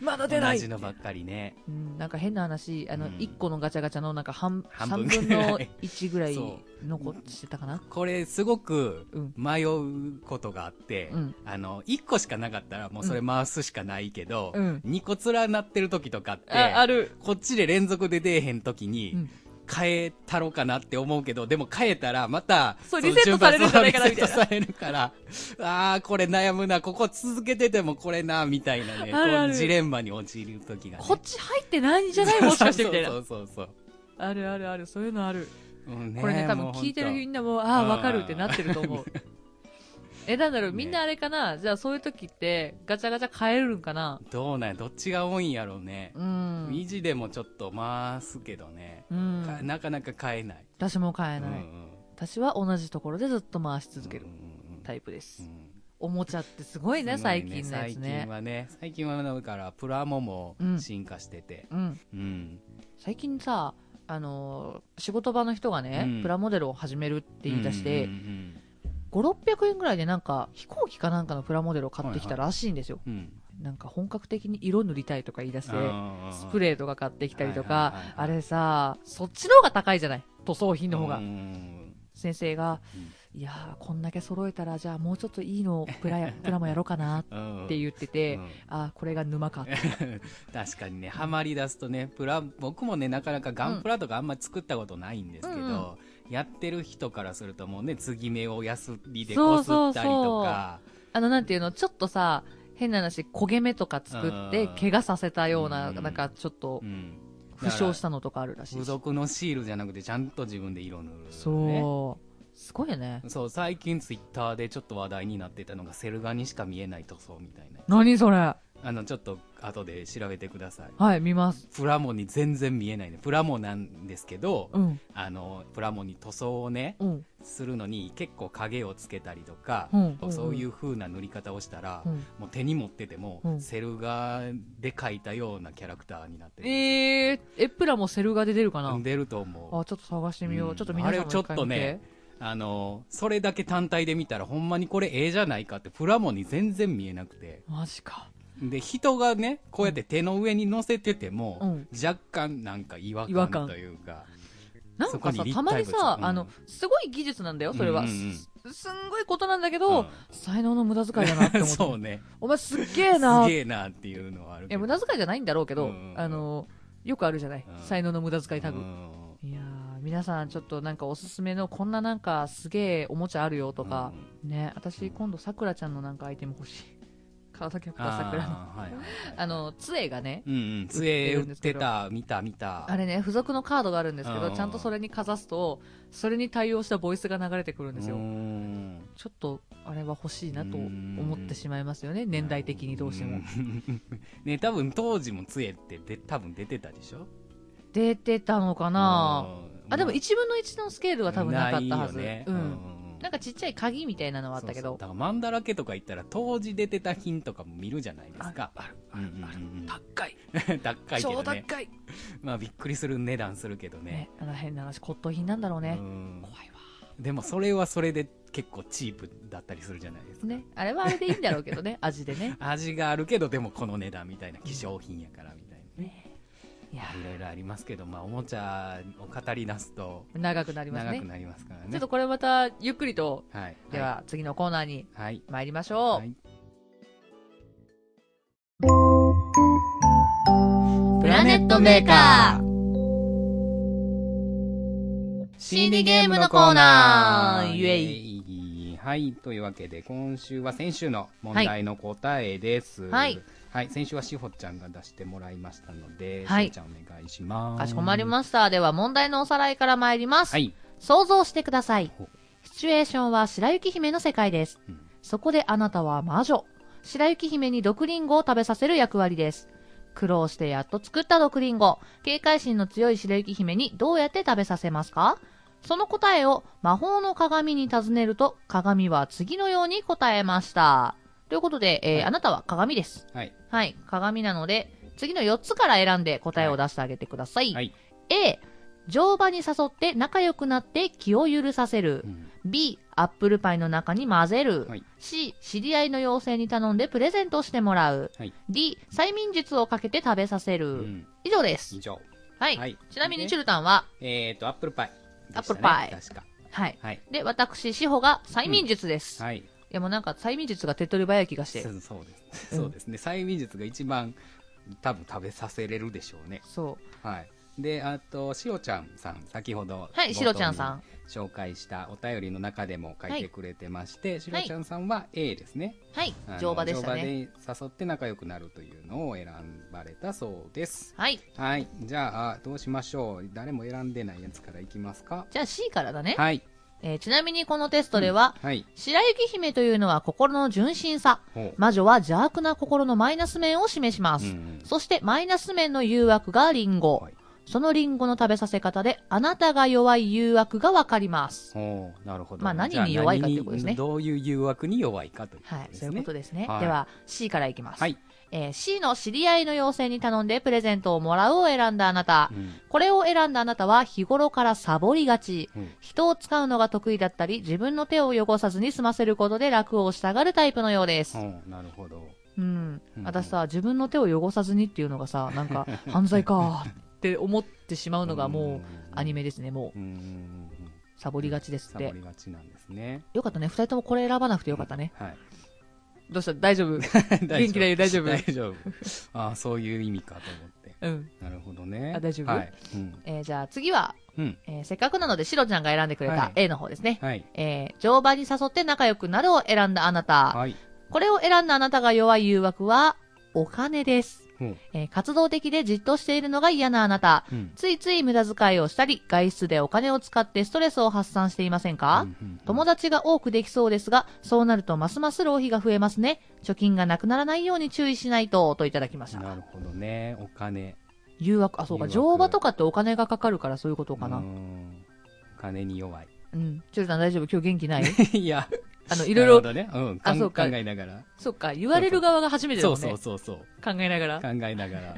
Speaker 2: まだ出な
Speaker 1: 同
Speaker 2: い
Speaker 1: じのばっかりね。
Speaker 2: うん、なんか変な話あ
Speaker 1: う
Speaker 2: の、
Speaker 1: ん
Speaker 2: 1個のガチャガチャのなんか半
Speaker 1: 半
Speaker 2: 3
Speaker 1: 分
Speaker 2: 分
Speaker 1: ぐらい
Speaker 2: の1ぐらい
Speaker 1: そ
Speaker 2: 残してたかな
Speaker 1: これすごく
Speaker 2: うん
Speaker 1: 迷うことがあって、
Speaker 2: うん
Speaker 1: あの、1個しかなかったらもうそれ回すしかないけど、
Speaker 2: うん
Speaker 1: 2個連なってる時とかって、
Speaker 2: る
Speaker 1: こっちで連続で出えへん時に、
Speaker 2: うん
Speaker 1: 変えたろかなって思うけど、でも変えたらまた、
Speaker 2: そう
Speaker 1: の
Speaker 2: リセットされるんじゃないかな
Speaker 1: 順番そうリセットされるから、 ああ、これ悩むな、ここ続けててもこれな、みたいなね、
Speaker 2: あるある
Speaker 1: こうジレンマに陥る時が、ね。
Speaker 2: こっち入ってないんじゃないもしかしてみたい
Speaker 1: そ
Speaker 2: な
Speaker 1: うそうそうそう。
Speaker 2: あるあるあるそういうのある
Speaker 1: うん
Speaker 2: これね多
Speaker 1: もうほん
Speaker 2: 分
Speaker 1: と
Speaker 2: 聞いてるみんなもああ
Speaker 1: うん
Speaker 2: わかるってなってると思う えなんだろう
Speaker 1: ね
Speaker 2: みんなあれかな、じゃあそういう時ってガチャガチャ変えるんかな
Speaker 1: どうなんやどっちが多いんやろうね
Speaker 2: う。ん、
Speaker 1: 維持でもちょっと回すけどね、
Speaker 2: うん、
Speaker 1: かなかなか変えない。
Speaker 2: 私も変えない、
Speaker 1: うんうん
Speaker 2: 私は同じところでずっと回し続ける
Speaker 1: うんうんうん
Speaker 2: タイプです、
Speaker 1: うん
Speaker 2: おもちゃってすごいね
Speaker 1: すごい
Speaker 2: 最近のやつ
Speaker 1: 最
Speaker 2: ね
Speaker 1: 近はね、最近はだから、プラモも
Speaker 2: うん
Speaker 1: 進化してて、
Speaker 2: うん
Speaker 1: うん。
Speaker 2: 最近さあのー仕事場の人がね、
Speaker 1: うん
Speaker 2: プラモデルを始めるって言い出して、
Speaker 1: うんうん
Speaker 2: 5600円ぐらいでなんか飛行機かなんかのプラモデルを買ってきたらしいんですよ、
Speaker 1: うんうん。
Speaker 2: なんか本格的に色塗りたいとか言い出してスプ
Speaker 1: レー
Speaker 2: レーとか買ってきたりとか、
Speaker 1: はいはいはいはい
Speaker 2: あれさそっちの方が高いじゃない塗装品の方が、先生が、いやーこんだけ揃えたらじゃあもうちょっといいのをプラやプラもやろうかなって
Speaker 1: う
Speaker 2: 言ってて、
Speaker 1: ん
Speaker 2: あーこれが沼かって
Speaker 1: 確かにね、ハマり出すとね、プラ、僕もね、なかなかガンプラとかあんま作ったことないんですけど、
Speaker 2: うん
Speaker 1: やってる人からするともうね、継ぎ目をヤスリでこすったりとか、
Speaker 2: あの、なんていうの、ちょっとさ、変な話、焦げ目とか作って
Speaker 1: う、ん
Speaker 2: 怪我させたような、
Speaker 1: うん
Speaker 2: なんかちょっと
Speaker 1: う、ん。
Speaker 2: 負傷したのとかあるらしい
Speaker 1: 付
Speaker 2: し。
Speaker 1: 属のシールじゃなくて、ちゃんと自分で色塗る、ね。
Speaker 2: そう。すごいよね。
Speaker 1: そう。最近ツイッターでちょっと話題になってたのが、セル画にしか見えない塗装みたいな。
Speaker 2: 何それ
Speaker 1: あの、ちょっと後で調べてください。
Speaker 2: はい、見ます。
Speaker 1: プラモに全然見えないね。プラモなんですけど、
Speaker 2: うん、
Speaker 1: あの、プラモに塗装をね、
Speaker 2: うん、
Speaker 1: するのに結構影をつけたりとか、
Speaker 2: うんうん
Speaker 1: そういう風な塗り方をしたら、
Speaker 2: うん。
Speaker 1: もう手に持ってても、
Speaker 2: うん
Speaker 1: セル画で描いたようなキャラクターになってる、
Speaker 2: えー、エプラもセル画で出るかな
Speaker 1: 出ると思
Speaker 2: あ、
Speaker 1: う
Speaker 2: ちょっと探してみよ
Speaker 1: う
Speaker 2: う。
Speaker 1: ん
Speaker 2: ちょっと皆さんも
Speaker 1: あれちょっと
Speaker 2: 一回
Speaker 1: ね
Speaker 2: 見て。
Speaker 1: あのそれだけ単体で見たらほんまにこれええじゃないかってプラモに全然見えなくて
Speaker 2: マジか。
Speaker 1: で人がねこうやって手の上に乗せてても、
Speaker 2: うん
Speaker 1: 若干なんか違和
Speaker 2: 違和感
Speaker 1: 感というか
Speaker 2: なんか
Speaker 1: そこ
Speaker 2: さ、
Speaker 1: に立体物
Speaker 2: たまにさ、
Speaker 1: うん
Speaker 2: あの、すごい技術なんだよ、それは。
Speaker 1: うんう
Speaker 2: す
Speaker 1: んうん
Speaker 2: すんごいことなんだけど、
Speaker 1: うん
Speaker 2: 才能の無駄遣いだなって思
Speaker 1: そ
Speaker 2: っ
Speaker 1: う
Speaker 2: て。
Speaker 1: ね
Speaker 2: お前すっげえ
Speaker 1: す
Speaker 2: なーって
Speaker 1: げえなっていうのはある
Speaker 2: いや、無駄遣いじゃないんだろうけど、
Speaker 1: うん
Speaker 2: あの、よくあるじゃない。
Speaker 1: うん
Speaker 2: 才能の無駄遣いタグ。
Speaker 1: うん
Speaker 2: いやー、皆さんちょっとなんかおすすめの、こんななんかすげえおもちゃあるよとか、ね、私今度さくらちゃんのなんかアイテム欲しい。カードキャプターさくらの。
Speaker 1: あーはいはいはい
Speaker 2: あの、杖がね、
Speaker 1: うんうん、杖売ってた、見た、見た。
Speaker 2: あれね、付属のカードがあるんですけど、
Speaker 1: うん
Speaker 2: ちゃんとそれにかざすと、それに対応したボイスが流れてくるんです
Speaker 1: うー
Speaker 2: よ。
Speaker 1: ん
Speaker 2: ちょっと、あれは欲しいなと
Speaker 1: うん
Speaker 2: 思ってしまいますよね、年代的にどうしても。。
Speaker 1: んね、多分当時も杖ってで多分出てたでしょ
Speaker 2: 出てたのかな
Speaker 1: うん
Speaker 2: あ、でも1分の1のスケールは多分なかったはず。
Speaker 1: ないよね
Speaker 2: うん。
Speaker 1: う
Speaker 2: なんかちっちゃい鍵みたいなのはあったけ
Speaker 1: そうそう
Speaker 2: ど。
Speaker 1: だからマンダラケとか行ったら当時出てた品とかも見るじゃないですか。
Speaker 2: ある、
Speaker 1: うんうんうん
Speaker 2: 高い。
Speaker 1: 高いけどね。
Speaker 2: い。
Speaker 1: まあびっくりする値段するけどね
Speaker 2: ね。、あの変な話、骨董品なんだろうね
Speaker 1: う。ん
Speaker 2: 怖いわ。
Speaker 1: でもそれはそれで結構チープだったりするじゃないですか。
Speaker 2: ね、あれはあれでいいんだろうけ どね、味でね。
Speaker 1: 味があるけどでもこの値段みたいな希少品やからみたいなね
Speaker 2: いや
Speaker 1: いろいろありますけど、まあ、おもちゃを語り出すと
Speaker 2: ー、長くなります
Speaker 1: 長
Speaker 2: ね
Speaker 1: く。なりますからね
Speaker 2: ちょっとこれまた、ゆっくりと、
Speaker 1: はい
Speaker 2: では次のコーナーに
Speaker 1: はい
Speaker 2: 参りましょう。
Speaker 1: はい
Speaker 2: ラネットメーカー CD ゲームのコーナーイエ
Speaker 1: イはい、というわけで今週は先週の問題の答えです。
Speaker 2: はい。
Speaker 1: はい、先週はしほちゃんが出してもらいましたので、
Speaker 2: はい
Speaker 1: しほちゃんお願いします。
Speaker 2: かしこまりました。では問題のおさらいから参ります。
Speaker 1: はい。
Speaker 2: 想像してください
Speaker 1: ほう。
Speaker 2: シチュエーションは白雪姫の世界です。
Speaker 1: うん
Speaker 2: そこであなたは魔女。白雪姫に毒リンゴを食べさせる役割です。苦労してやっと作った毒リンゴ。警戒心の強い白雪姫にどうやって食べさせますかその答えを魔法の鏡に尋ねると、鏡は次のように答えました。ということで、えー
Speaker 1: はい
Speaker 2: あなたは鏡です。
Speaker 1: はい。
Speaker 2: はい、鏡なので、次の4つから選んで答えを出してあげてください。
Speaker 1: はい。
Speaker 2: A、乗馬に誘って仲良くなって気を許させる
Speaker 1: う。ん
Speaker 2: B、アップルパイの中に混ぜる。
Speaker 1: はい
Speaker 2: C、知り合いの妖精に頼んでプレゼントしてもらう。
Speaker 1: はい
Speaker 2: D、催眠術をかけて食べさせる。
Speaker 1: うん
Speaker 2: 以上です
Speaker 1: 以。上。
Speaker 2: はい。
Speaker 1: はい
Speaker 2: ちなみに
Speaker 1: で
Speaker 2: チュルタンは、
Speaker 1: えっ、と、アップルパイ、
Speaker 2: アップルパイ
Speaker 1: 確か。
Speaker 2: はい。
Speaker 1: はい。
Speaker 2: で、私、志保が催眠術です。
Speaker 1: はい。
Speaker 2: いや、もうなんか催眠術が手っ取り早い気がして
Speaker 1: そ。う そうです。
Speaker 2: うん
Speaker 1: そうですね。催眠術が一番多分食べさせれるでしょうね。
Speaker 2: そ
Speaker 1: はい。で、あと、しおちゃんさん、先ほど、
Speaker 2: はいしおちゃんさん。
Speaker 1: 紹介したお便りの中でも書いてくれてまして、しおちゃんさんは A ですね。
Speaker 2: う。はい
Speaker 1: あ。の
Speaker 2: 乗馬でしたね。
Speaker 1: 乗馬で誘って仲良くなるというのを選ばれたそうです。
Speaker 2: はい。
Speaker 1: はい。じゃあ、どうしましょう。誰も選んでないやつからいきますか。
Speaker 2: じゃあ C からだね。
Speaker 1: はい。
Speaker 2: えーちなみにこのテストでは、
Speaker 1: はい。
Speaker 2: 白雪姫というのは心の純真さ。
Speaker 1: ほう
Speaker 2: 魔女は邪悪な心のマイナス面を示します。
Speaker 1: うん
Speaker 2: そしてマイナス面の誘惑がリンゴ。
Speaker 1: はい
Speaker 2: そのリンゴの食べさせ方で、あなたが弱い誘惑がわかります。
Speaker 1: ほうなるほど。
Speaker 2: まあ何に
Speaker 1: じゃ
Speaker 2: 弱いかということです
Speaker 1: 何
Speaker 2: ね
Speaker 1: にどういう誘惑に弱いかということ
Speaker 2: はい、
Speaker 1: です
Speaker 2: そう
Speaker 1: ね。
Speaker 2: いうことですね。
Speaker 1: はい
Speaker 2: では、C からいきます。
Speaker 1: はい。
Speaker 2: えー C の知り合いの妖精に頼んでプレゼントをもらうを選んだあなた。
Speaker 1: うん
Speaker 2: これを選んだあなたは日頃からサボりがち。
Speaker 1: うん
Speaker 2: 人を使うのが得意だったり、自分の手を汚さずに済ませることで楽をしたがるタイプのようです。
Speaker 1: ほうなるほど。
Speaker 2: うん
Speaker 1: う、ん
Speaker 2: 私さ、自分の手を汚さずにっていうのがさ、なんか犯罪かーって思ってしまうのがもうアニメですね、も
Speaker 1: う
Speaker 2: うん
Speaker 1: うんうんうん。
Speaker 2: サボりがちですっ
Speaker 1: サボ
Speaker 2: て
Speaker 1: り。がちなんですね。
Speaker 2: よかったね、二人ともこれ選ばなくてよかったね。
Speaker 1: はい。
Speaker 2: どうした大丈夫元気だよ大丈夫
Speaker 1: 大丈夫。ああ、そういう意味かと思って。
Speaker 2: うん。
Speaker 1: なるほどね。
Speaker 2: あ大丈夫
Speaker 1: はい。うん。
Speaker 2: えーじゃあ次は、
Speaker 1: うん。
Speaker 2: えーせっかくなのでシロちゃんが選んでくれ
Speaker 1: は
Speaker 2: た
Speaker 1: い
Speaker 2: A の方ですね。
Speaker 1: はい。
Speaker 2: えー乗馬に誘って仲良くなるを選んだあなた。
Speaker 1: はい。
Speaker 2: これを選んだあなたが弱い誘惑は、お金です。
Speaker 1: うん。
Speaker 2: えー活動的でじっとしているのが嫌なあなた。
Speaker 1: うん。
Speaker 2: ついつい無駄遣いをしたり、外出でお金を使ってストレスを発散していませんか、
Speaker 1: うんうん
Speaker 2: 友達が多くできそうですが、そうなるとますます浪費が増えますね。貯金がなくならないように注意しないと、といただきました。
Speaker 1: なるほどね。お金。
Speaker 2: 誘惑、あ、そうか、
Speaker 1: 誘惑
Speaker 2: 乗馬とかってお金がかかるからそういうことか
Speaker 1: う
Speaker 2: な。
Speaker 1: んお金に 弱い。
Speaker 2: うん。チュルさん大丈夫今日元 気ない
Speaker 1: いや、
Speaker 2: あの、いろい
Speaker 1: な
Speaker 2: ろ、
Speaker 1: るほどね。うん。
Speaker 2: あ
Speaker 1: かん
Speaker 2: そうか
Speaker 1: 考えながら。
Speaker 2: そっか、言われる側が初めてだ
Speaker 1: そ
Speaker 2: も
Speaker 1: うん
Speaker 2: ね。
Speaker 1: そうそうそう。
Speaker 2: 考えながら。
Speaker 1: 考えながら。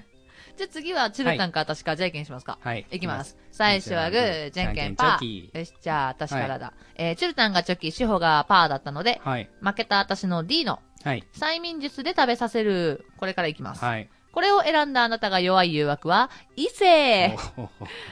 Speaker 2: じゃあ次はチュルさんか私か、じゃあ意見しますか。
Speaker 1: はい。
Speaker 2: いきます。最初はグー、じゃんけんパ
Speaker 1: じゃんけんチョ
Speaker 2: ー。
Speaker 1: キ
Speaker 2: よし、じゃあ私からだ。えー、チュルタンがチョキ、シホがパーだったので、
Speaker 1: はい。
Speaker 2: 負けた私の D の
Speaker 1: はい。
Speaker 2: 催眠術で食べさせる。これからいきます。
Speaker 1: はい。
Speaker 2: これを選んだあなたが弱い誘惑は、異性
Speaker 1: おー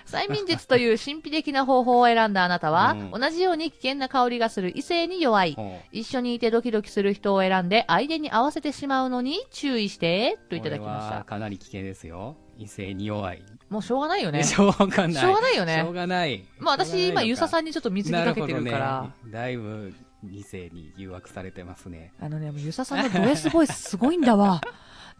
Speaker 2: 催眠術という神秘的な方法を選んだあなたは、
Speaker 1: うん
Speaker 2: 同じように危険な香りがする異性に弱い。
Speaker 1: おー
Speaker 2: 一緒にいてドキドキする人を選んで、相手に合わせてしまうのに注意して、といただきま
Speaker 1: これ
Speaker 2: し
Speaker 1: は
Speaker 2: た。
Speaker 1: かなり危険ですよ。異性に弱い。
Speaker 2: もうしょうがないよね。
Speaker 1: しょうがない。
Speaker 2: しょうがないよね
Speaker 1: しょうがない。
Speaker 2: まあ私今、ゆさ
Speaker 1: ん
Speaker 2: さんにちょっと水にかけてるから。
Speaker 1: ね、だいぶ異性に誘惑されてますね。
Speaker 2: あのね、もうゆささんのド S ボイスすごいん だわ。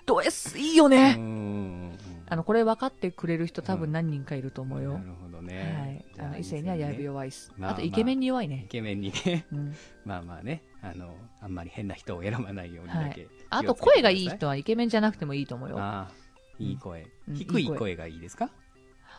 Speaker 2: ド S いいよ
Speaker 1: う
Speaker 2: ね。
Speaker 1: ん。
Speaker 2: あの、これ分かってくれる人多分何人かいると思うよ。
Speaker 1: なるほど
Speaker 2: はい
Speaker 1: ね。。じゃ
Speaker 2: あの、異性にはやぶ弱いっす。
Speaker 1: まあ
Speaker 2: あと、イケメンに弱い
Speaker 1: イ
Speaker 2: ね。
Speaker 1: ケメンにね、
Speaker 2: うん。
Speaker 1: まあまあね、あの、あんまり変な人を選ばないようにだけ、
Speaker 2: あ
Speaker 1: 気を
Speaker 2: と、
Speaker 1: つけて
Speaker 2: 声がい
Speaker 1: く
Speaker 2: い
Speaker 1: ださ
Speaker 2: 人はイケメンじゃなくてもいいと思うよ。
Speaker 1: ああ、いい声、
Speaker 2: うん
Speaker 1: 低
Speaker 2: いい
Speaker 1: い
Speaker 2: 声
Speaker 1: 声がいいですか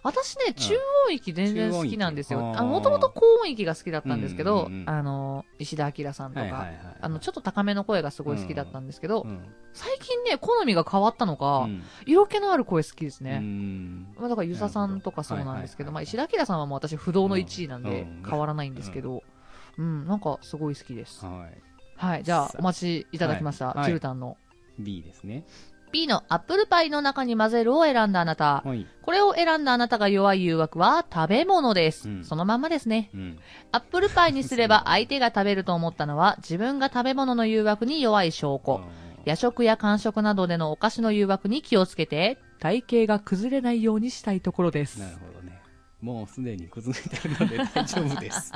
Speaker 2: 私ね、中音域全然好きなんです
Speaker 1: 中音
Speaker 2: よ。
Speaker 1: 域
Speaker 2: あの、もともと高音域が好きだったんですけ
Speaker 1: う
Speaker 2: ど
Speaker 1: んうんう、ん
Speaker 2: あの、石田明さんと
Speaker 1: はいはいは
Speaker 2: か
Speaker 1: い、。
Speaker 2: あの、ちょっと高めの声がすごい好きだったんですけ
Speaker 1: う
Speaker 2: ど、
Speaker 1: ん
Speaker 2: 最近ね、好みが変わったの
Speaker 1: う
Speaker 2: か、
Speaker 1: ん
Speaker 2: 色気のある声好きです
Speaker 1: う
Speaker 2: ね。
Speaker 1: ん
Speaker 2: まあだから、ゆささんとかそうなんですけど、
Speaker 1: な
Speaker 2: まあ、
Speaker 1: るほ
Speaker 2: 石
Speaker 1: ど
Speaker 2: 田明さんはもう私不動の1位なんで
Speaker 1: うんうん、
Speaker 2: 変わらないんですけど、うん、なんかすごい好きです。
Speaker 1: はい。
Speaker 2: はい、じゃあ
Speaker 1: さ、あ
Speaker 2: お待ちいただきました
Speaker 1: は。い
Speaker 2: チルタンの
Speaker 1: B ですね。
Speaker 2: B のアップルパイの中に混ぜるを選んだあなた。
Speaker 1: はい。
Speaker 2: これを選んだあなたが弱い誘惑は食べ物です。
Speaker 1: うん
Speaker 2: そのまんまですね。
Speaker 1: うん。
Speaker 2: アップルパイにす れば相手が食べると思ったのは自分が食べ物の誘惑に弱い証拠。
Speaker 1: うん
Speaker 2: 夜食や間食などでのお菓子の誘惑に気をつけて
Speaker 3: 体型が崩れないようにしたいところです。
Speaker 1: なるほどね。もうすでに崩れてるので 大丈夫です。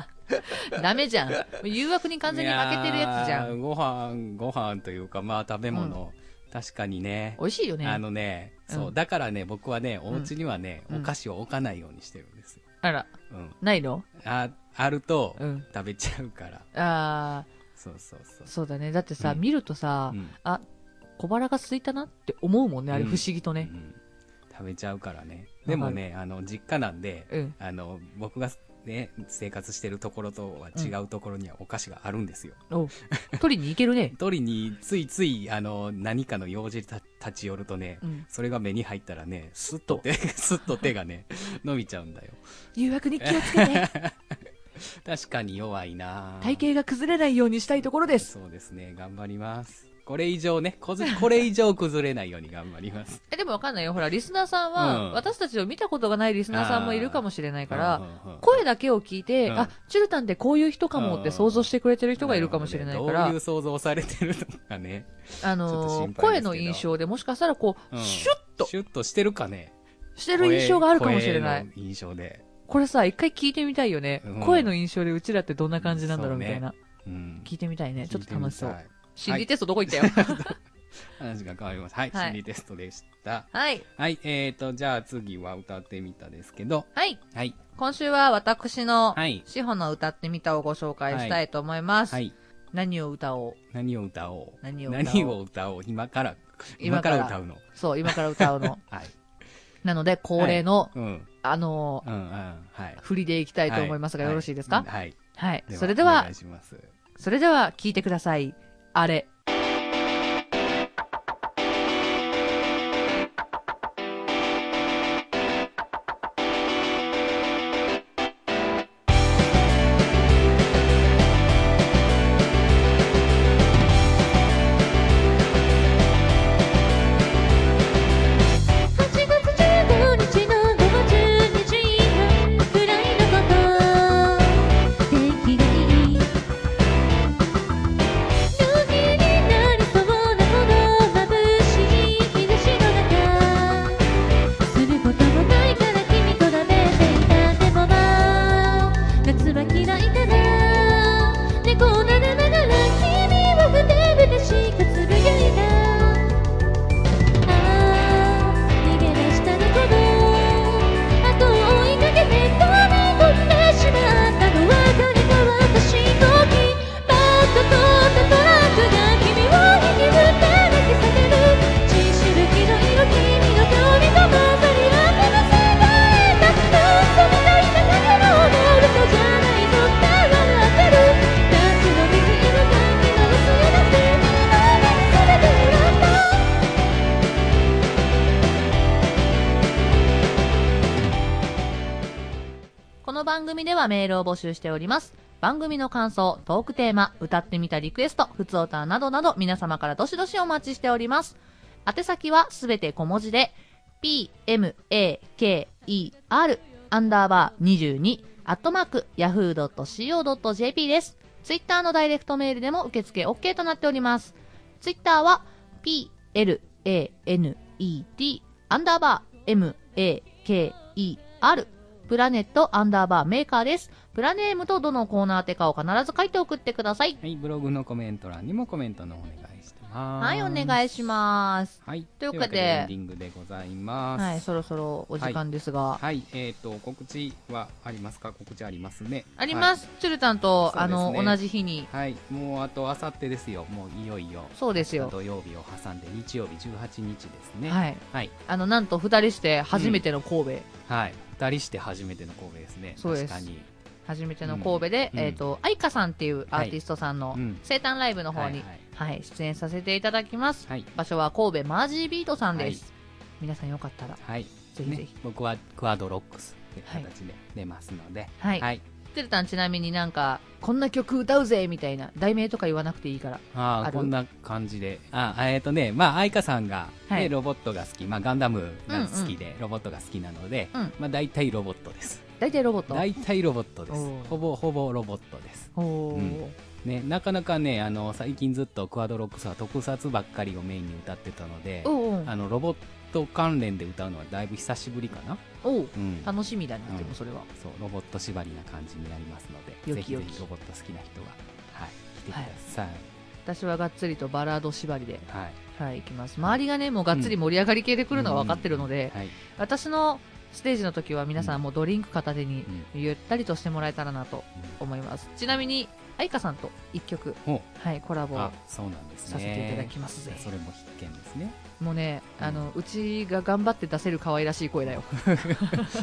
Speaker 2: ダメじゃん。誘惑に 完全に負けてるやつじ
Speaker 1: い
Speaker 2: ゃ
Speaker 1: や
Speaker 2: ん。
Speaker 1: ーご飯、ご飯というか、まあ食べ物、確かにね。
Speaker 2: 美味しいよね。
Speaker 1: あ
Speaker 2: あ
Speaker 1: のね、そう、
Speaker 2: うん
Speaker 1: だからね、僕はね、お家にはね、
Speaker 2: うん
Speaker 1: お菓子を置かないようにしてるんですよ。
Speaker 2: ら、
Speaker 1: うん。
Speaker 2: ないの
Speaker 1: あ、あると、
Speaker 2: うん。
Speaker 1: 食べちゃうから。
Speaker 2: あ
Speaker 1: そうそうそう
Speaker 2: ー、。そうだね。だってさ、
Speaker 1: うん
Speaker 2: 見るとさ、
Speaker 1: うん
Speaker 2: あ、小腹が空いたなって思うもんね。あれ不思議とね
Speaker 1: う。ん食べちゃうからね。でもね、あの、実家なんで、
Speaker 2: うん。
Speaker 1: あの、僕がね、生活してるところとは違うところにはお菓子があるんですよ。
Speaker 2: お取りに行けるね。
Speaker 1: 取りについつい、あの、何かの用事た立ち寄るとね、
Speaker 2: うん。
Speaker 1: それが目に入ったらね、すっと手、 すっと手がね、伸びちゃうんだよ。
Speaker 3: 誘惑に気をつけ て、
Speaker 1: 確かに弱いな
Speaker 3: 体型が崩れないようにしたいところです。
Speaker 1: そうですね、頑張ります。これ以上ね、こずこれ以上崩れないように頑張ります。
Speaker 2: え、でもわかんないよ。ほら、リスナーさんは、
Speaker 1: うん
Speaker 2: 私たちを見たことがないリスナーさんもいるかもしれないから、
Speaker 1: うんうんうん
Speaker 2: 声だけを聞いて、
Speaker 1: うん
Speaker 2: あ、チュルタンってこういう人かもって想像してくれてる人がいるかもしれないか
Speaker 1: ど
Speaker 2: ら、
Speaker 1: ういう想像されてるのかね。
Speaker 2: あ
Speaker 1: ちょっと心配
Speaker 2: の
Speaker 1: です
Speaker 2: ー
Speaker 1: けど
Speaker 2: 声の印象でもしかしたらこう、
Speaker 1: うん
Speaker 2: シュッと
Speaker 1: シュッとしてるかね。
Speaker 2: してる印象があるかもしれない。
Speaker 1: 声の印象で。
Speaker 2: これさ、一回聞いてみたいよね、
Speaker 1: うん
Speaker 2: 声の印象でうちらってどんな感じなんだろう
Speaker 1: そう
Speaker 2: み
Speaker 1: ね
Speaker 2: たいな。
Speaker 1: うん。
Speaker 2: 聞いてみたいね。ちょっと楽しそう
Speaker 1: 聞い。てみたい
Speaker 2: 心理テストどこ行ったよ。
Speaker 1: 話が変わります。はい、
Speaker 2: はい
Speaker 1: 心理テストでした。
Speaker 2: はい。
Speaker 1: はい、えーと、じゃあ次は歌ってみたですけど。
Speaker 2: はい。
Speaker 1: はい。
Speaker 2: 今週は私の、
Speaker 1: はい。
Speaker 2: 志保の歌ってみたをご紹介したいと思います。
Speaker 1: はい。
Speaker 2: 何を歌おう
Speaker 1: 何を歌おう
Speaker 2: 何を歌おう
Speaker 1: 何を歌おう今から、今
Speaker 2: 今か
Speaker 1: からら歌うの。
Speaker 2: そう、今から歌 うの。
Speaker 1: はい。
Speaker 2: なので、恒例の、
Speaker 1: うん。うん、
Speaker 2: あのー
Speaker 1: うん、はい。
Speaker 2: 振りでいきたいと思いますが、
Speaker 1: は
Speaker 2: よろしいですか、
Speaker 1: うんはい。
Speaker 2: はい。それでは
Speaker 1: お願い、します。
Speaker 2: それでは聞いてください。あれ。
Speaker 4: 8月15日の午後10時くらいのこと天気がいい夜気になりそうなほど眩しい日差しの中することもないから君とらめていたでもまあ夏は嫌いだな猫ならながら君はふてぶてしくつぶやいたああ逃げ出したのかな後を追いかけて飛び込んでしまったのは誰か私ときバットとたトラックが君を引きずって泣き叫ぶ血しぶきの色君の顔に飛ばされやけの世界たくさん飛び出しただけのもルカじゃないとって笑ってる夏の水色が君の薄れだせ雨に全てもらった
Speaker 2: この番組ではメールを募集しております。番組の感想、トークテーマ、歌ってみたリクエスト、ふつおたなどなど皆様からどしどしお待ちしております。宛先はすべて小文字で、p, m, a, k, e, r, アンダーバー22、アットマーク、yahoo.co.jp です。ツイッターのダイレクトメールでも受付 OK となっております。ツイッターは、p, l, a, n, e, t, アンダーバー m, a, k, e, r プラネットアンダーバーメーカーです。プラネームとどのコーナー宛てかを必ず書いて送ってください。
Speaker 1: はい、ブログのコメント欄にもコメントのお願いしてます。
Speaker 2: はい、お願いします。
Speaker 1: はい。
Speaker 2: というわけで
Speaker 1: エンディングでございます。
Speaker 2: はい、そろそろお時間ですが。
Speaker 1: はい、えっ、と、告知はありますか告知ありますね。
Speaker 2: あります。チュルタンと、
Speaker 1: そう
Speaker 2: あ
Speaker 1: ですね
Speaker 2: の、同じ日に。
Speaker 1: はい。はい、もうあと、あさってですよ。もういよいよ。
Speaker 2: そうですよ。
Speaker 1: 土曜日を挟んで、日曜日18日ですね。
Speaker 2: はい。
Speaker 1: はい。
Speaker 2: あの、なんと二人して初めての神戸。
Speaker 1: はい。二人して初めての神戸ですね。
Speaker 2: そうです
Speaker 1: 確かに。
Speaker 2: 初めての神戸で、
Speaker 1: うん
Speaker 2: えっ、と、愛花さんっていうアーティストさんの
Speaker 1: はいうん
Speaker 2: 生誕ライブの方に、
Speaker 1: はい
Speaker 2: はい、出演させていただきます。
Speaker 1: はい。
Speaker 2: 場所は神戸マージービートさんです。皆さんよかったら、
Speaker 1: はい。ぜ
Speaker 2: ぜひぜひ。
Speaker 1: 僕はクアドロックスって形で出ますので。
Speaker 2: はい。
Speaker 1: はい。
Speaker 2: てるたんちなみになんか、こんな曲歌うぜみたいな、題名とか言わなくていいから。
Speaker 1: あ
Speaker 2: あ
Speaker 1: あ
Speaker 2: る
Speaker 1: こんな感じで。ああえっ、とね、まあ、愛花さんが、ね
Speaker 2: はい
Speaker 1: ロボットが好き、まあ、ガンダムが好きで、ロボットが好きなので、
Speaker 2: うん
Speaker 1: まあ、大体ロボットです。
Speaker 2: 大体ロボット。
Speaker 1: 大体ロボットです
Speaker 2: おー。
Speaker 1: ほぼほぼロボットです。
Speaker 2: おー
Speaker 1: うんね、なかなかね、あの、最近ずっとクアドロックスは特撮ばっかりをメインに歌ってたので
Speaker 2: お、うおう
Speaker 1: あの、ロボット関連で歌うのはだいぶ久しぶりかな。
Speaker 2: おう
Speaker 1: うん。
Speaker 2: 楽しみだな、で
Speaker 1: う
Speaker 2: も
Speaker 1: ん
Speaker 2: それは。
Speaker 1: そう、ロボット縛りな感じになりますので、
Speaker 2: よきよき
Speaker 1: ぜひぜひロボット好きな人は、はい、来てください。
Speaker 2: 私はがっつりとバラード縛りで、
Speaker 1: はい。
Speaker 2: はい、行きます。周りがね、もうがっつり盛り上がり系で来るのが分かってるので、
Speaker 1: はい。
Speaker 2: 私のステージの時は皆さんもうドリンク片手に
Speaker 1: うん
Speaker 2: ゆったりとしてもらえたらなと思います。ちなみに、愛花さんと一曲、
Speaker 1: ほう
Speaker 2: はい、コラボ
Speaker 1: あ、そうなんですね。
Speaker 2: させていただきますぜ
Speaker 1: それも必見ですね。
Speaker 2: もうね、あの、うちが頑張って出せる可愛らしい声だよ。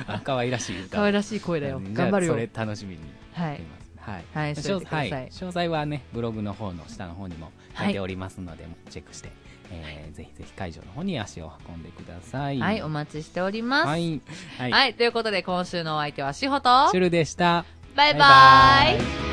Speaker 1: あ、可愛らし い歌。
Speaker 2: 可愛
Speaker 1: らし
Speaker 2: らしい声だよ。頑張るよ
Speaker 1: そ。れ楽しみに
Speaker 2: は
Speaker 1: して。
Speaker 2: い
Speaker 1: ます。はい。
Speaker 2: はい、しといてくださ。
Speaker 1: はいい、詳細はねブログの方の下の方にも
Speaker 2: はい
Speaker 1: 書いておりますので、チェックして、えーぜひぜひ会場の方に足を運んでください
Speaker 2: はい、お待ちしております。は、
Speaker 1: はいいはい、
Speaker 2: ということで今週のお相手はしほと、
Speaker 1: シュルでした
Speaker 2: バイバイ。
Speaker 1: イ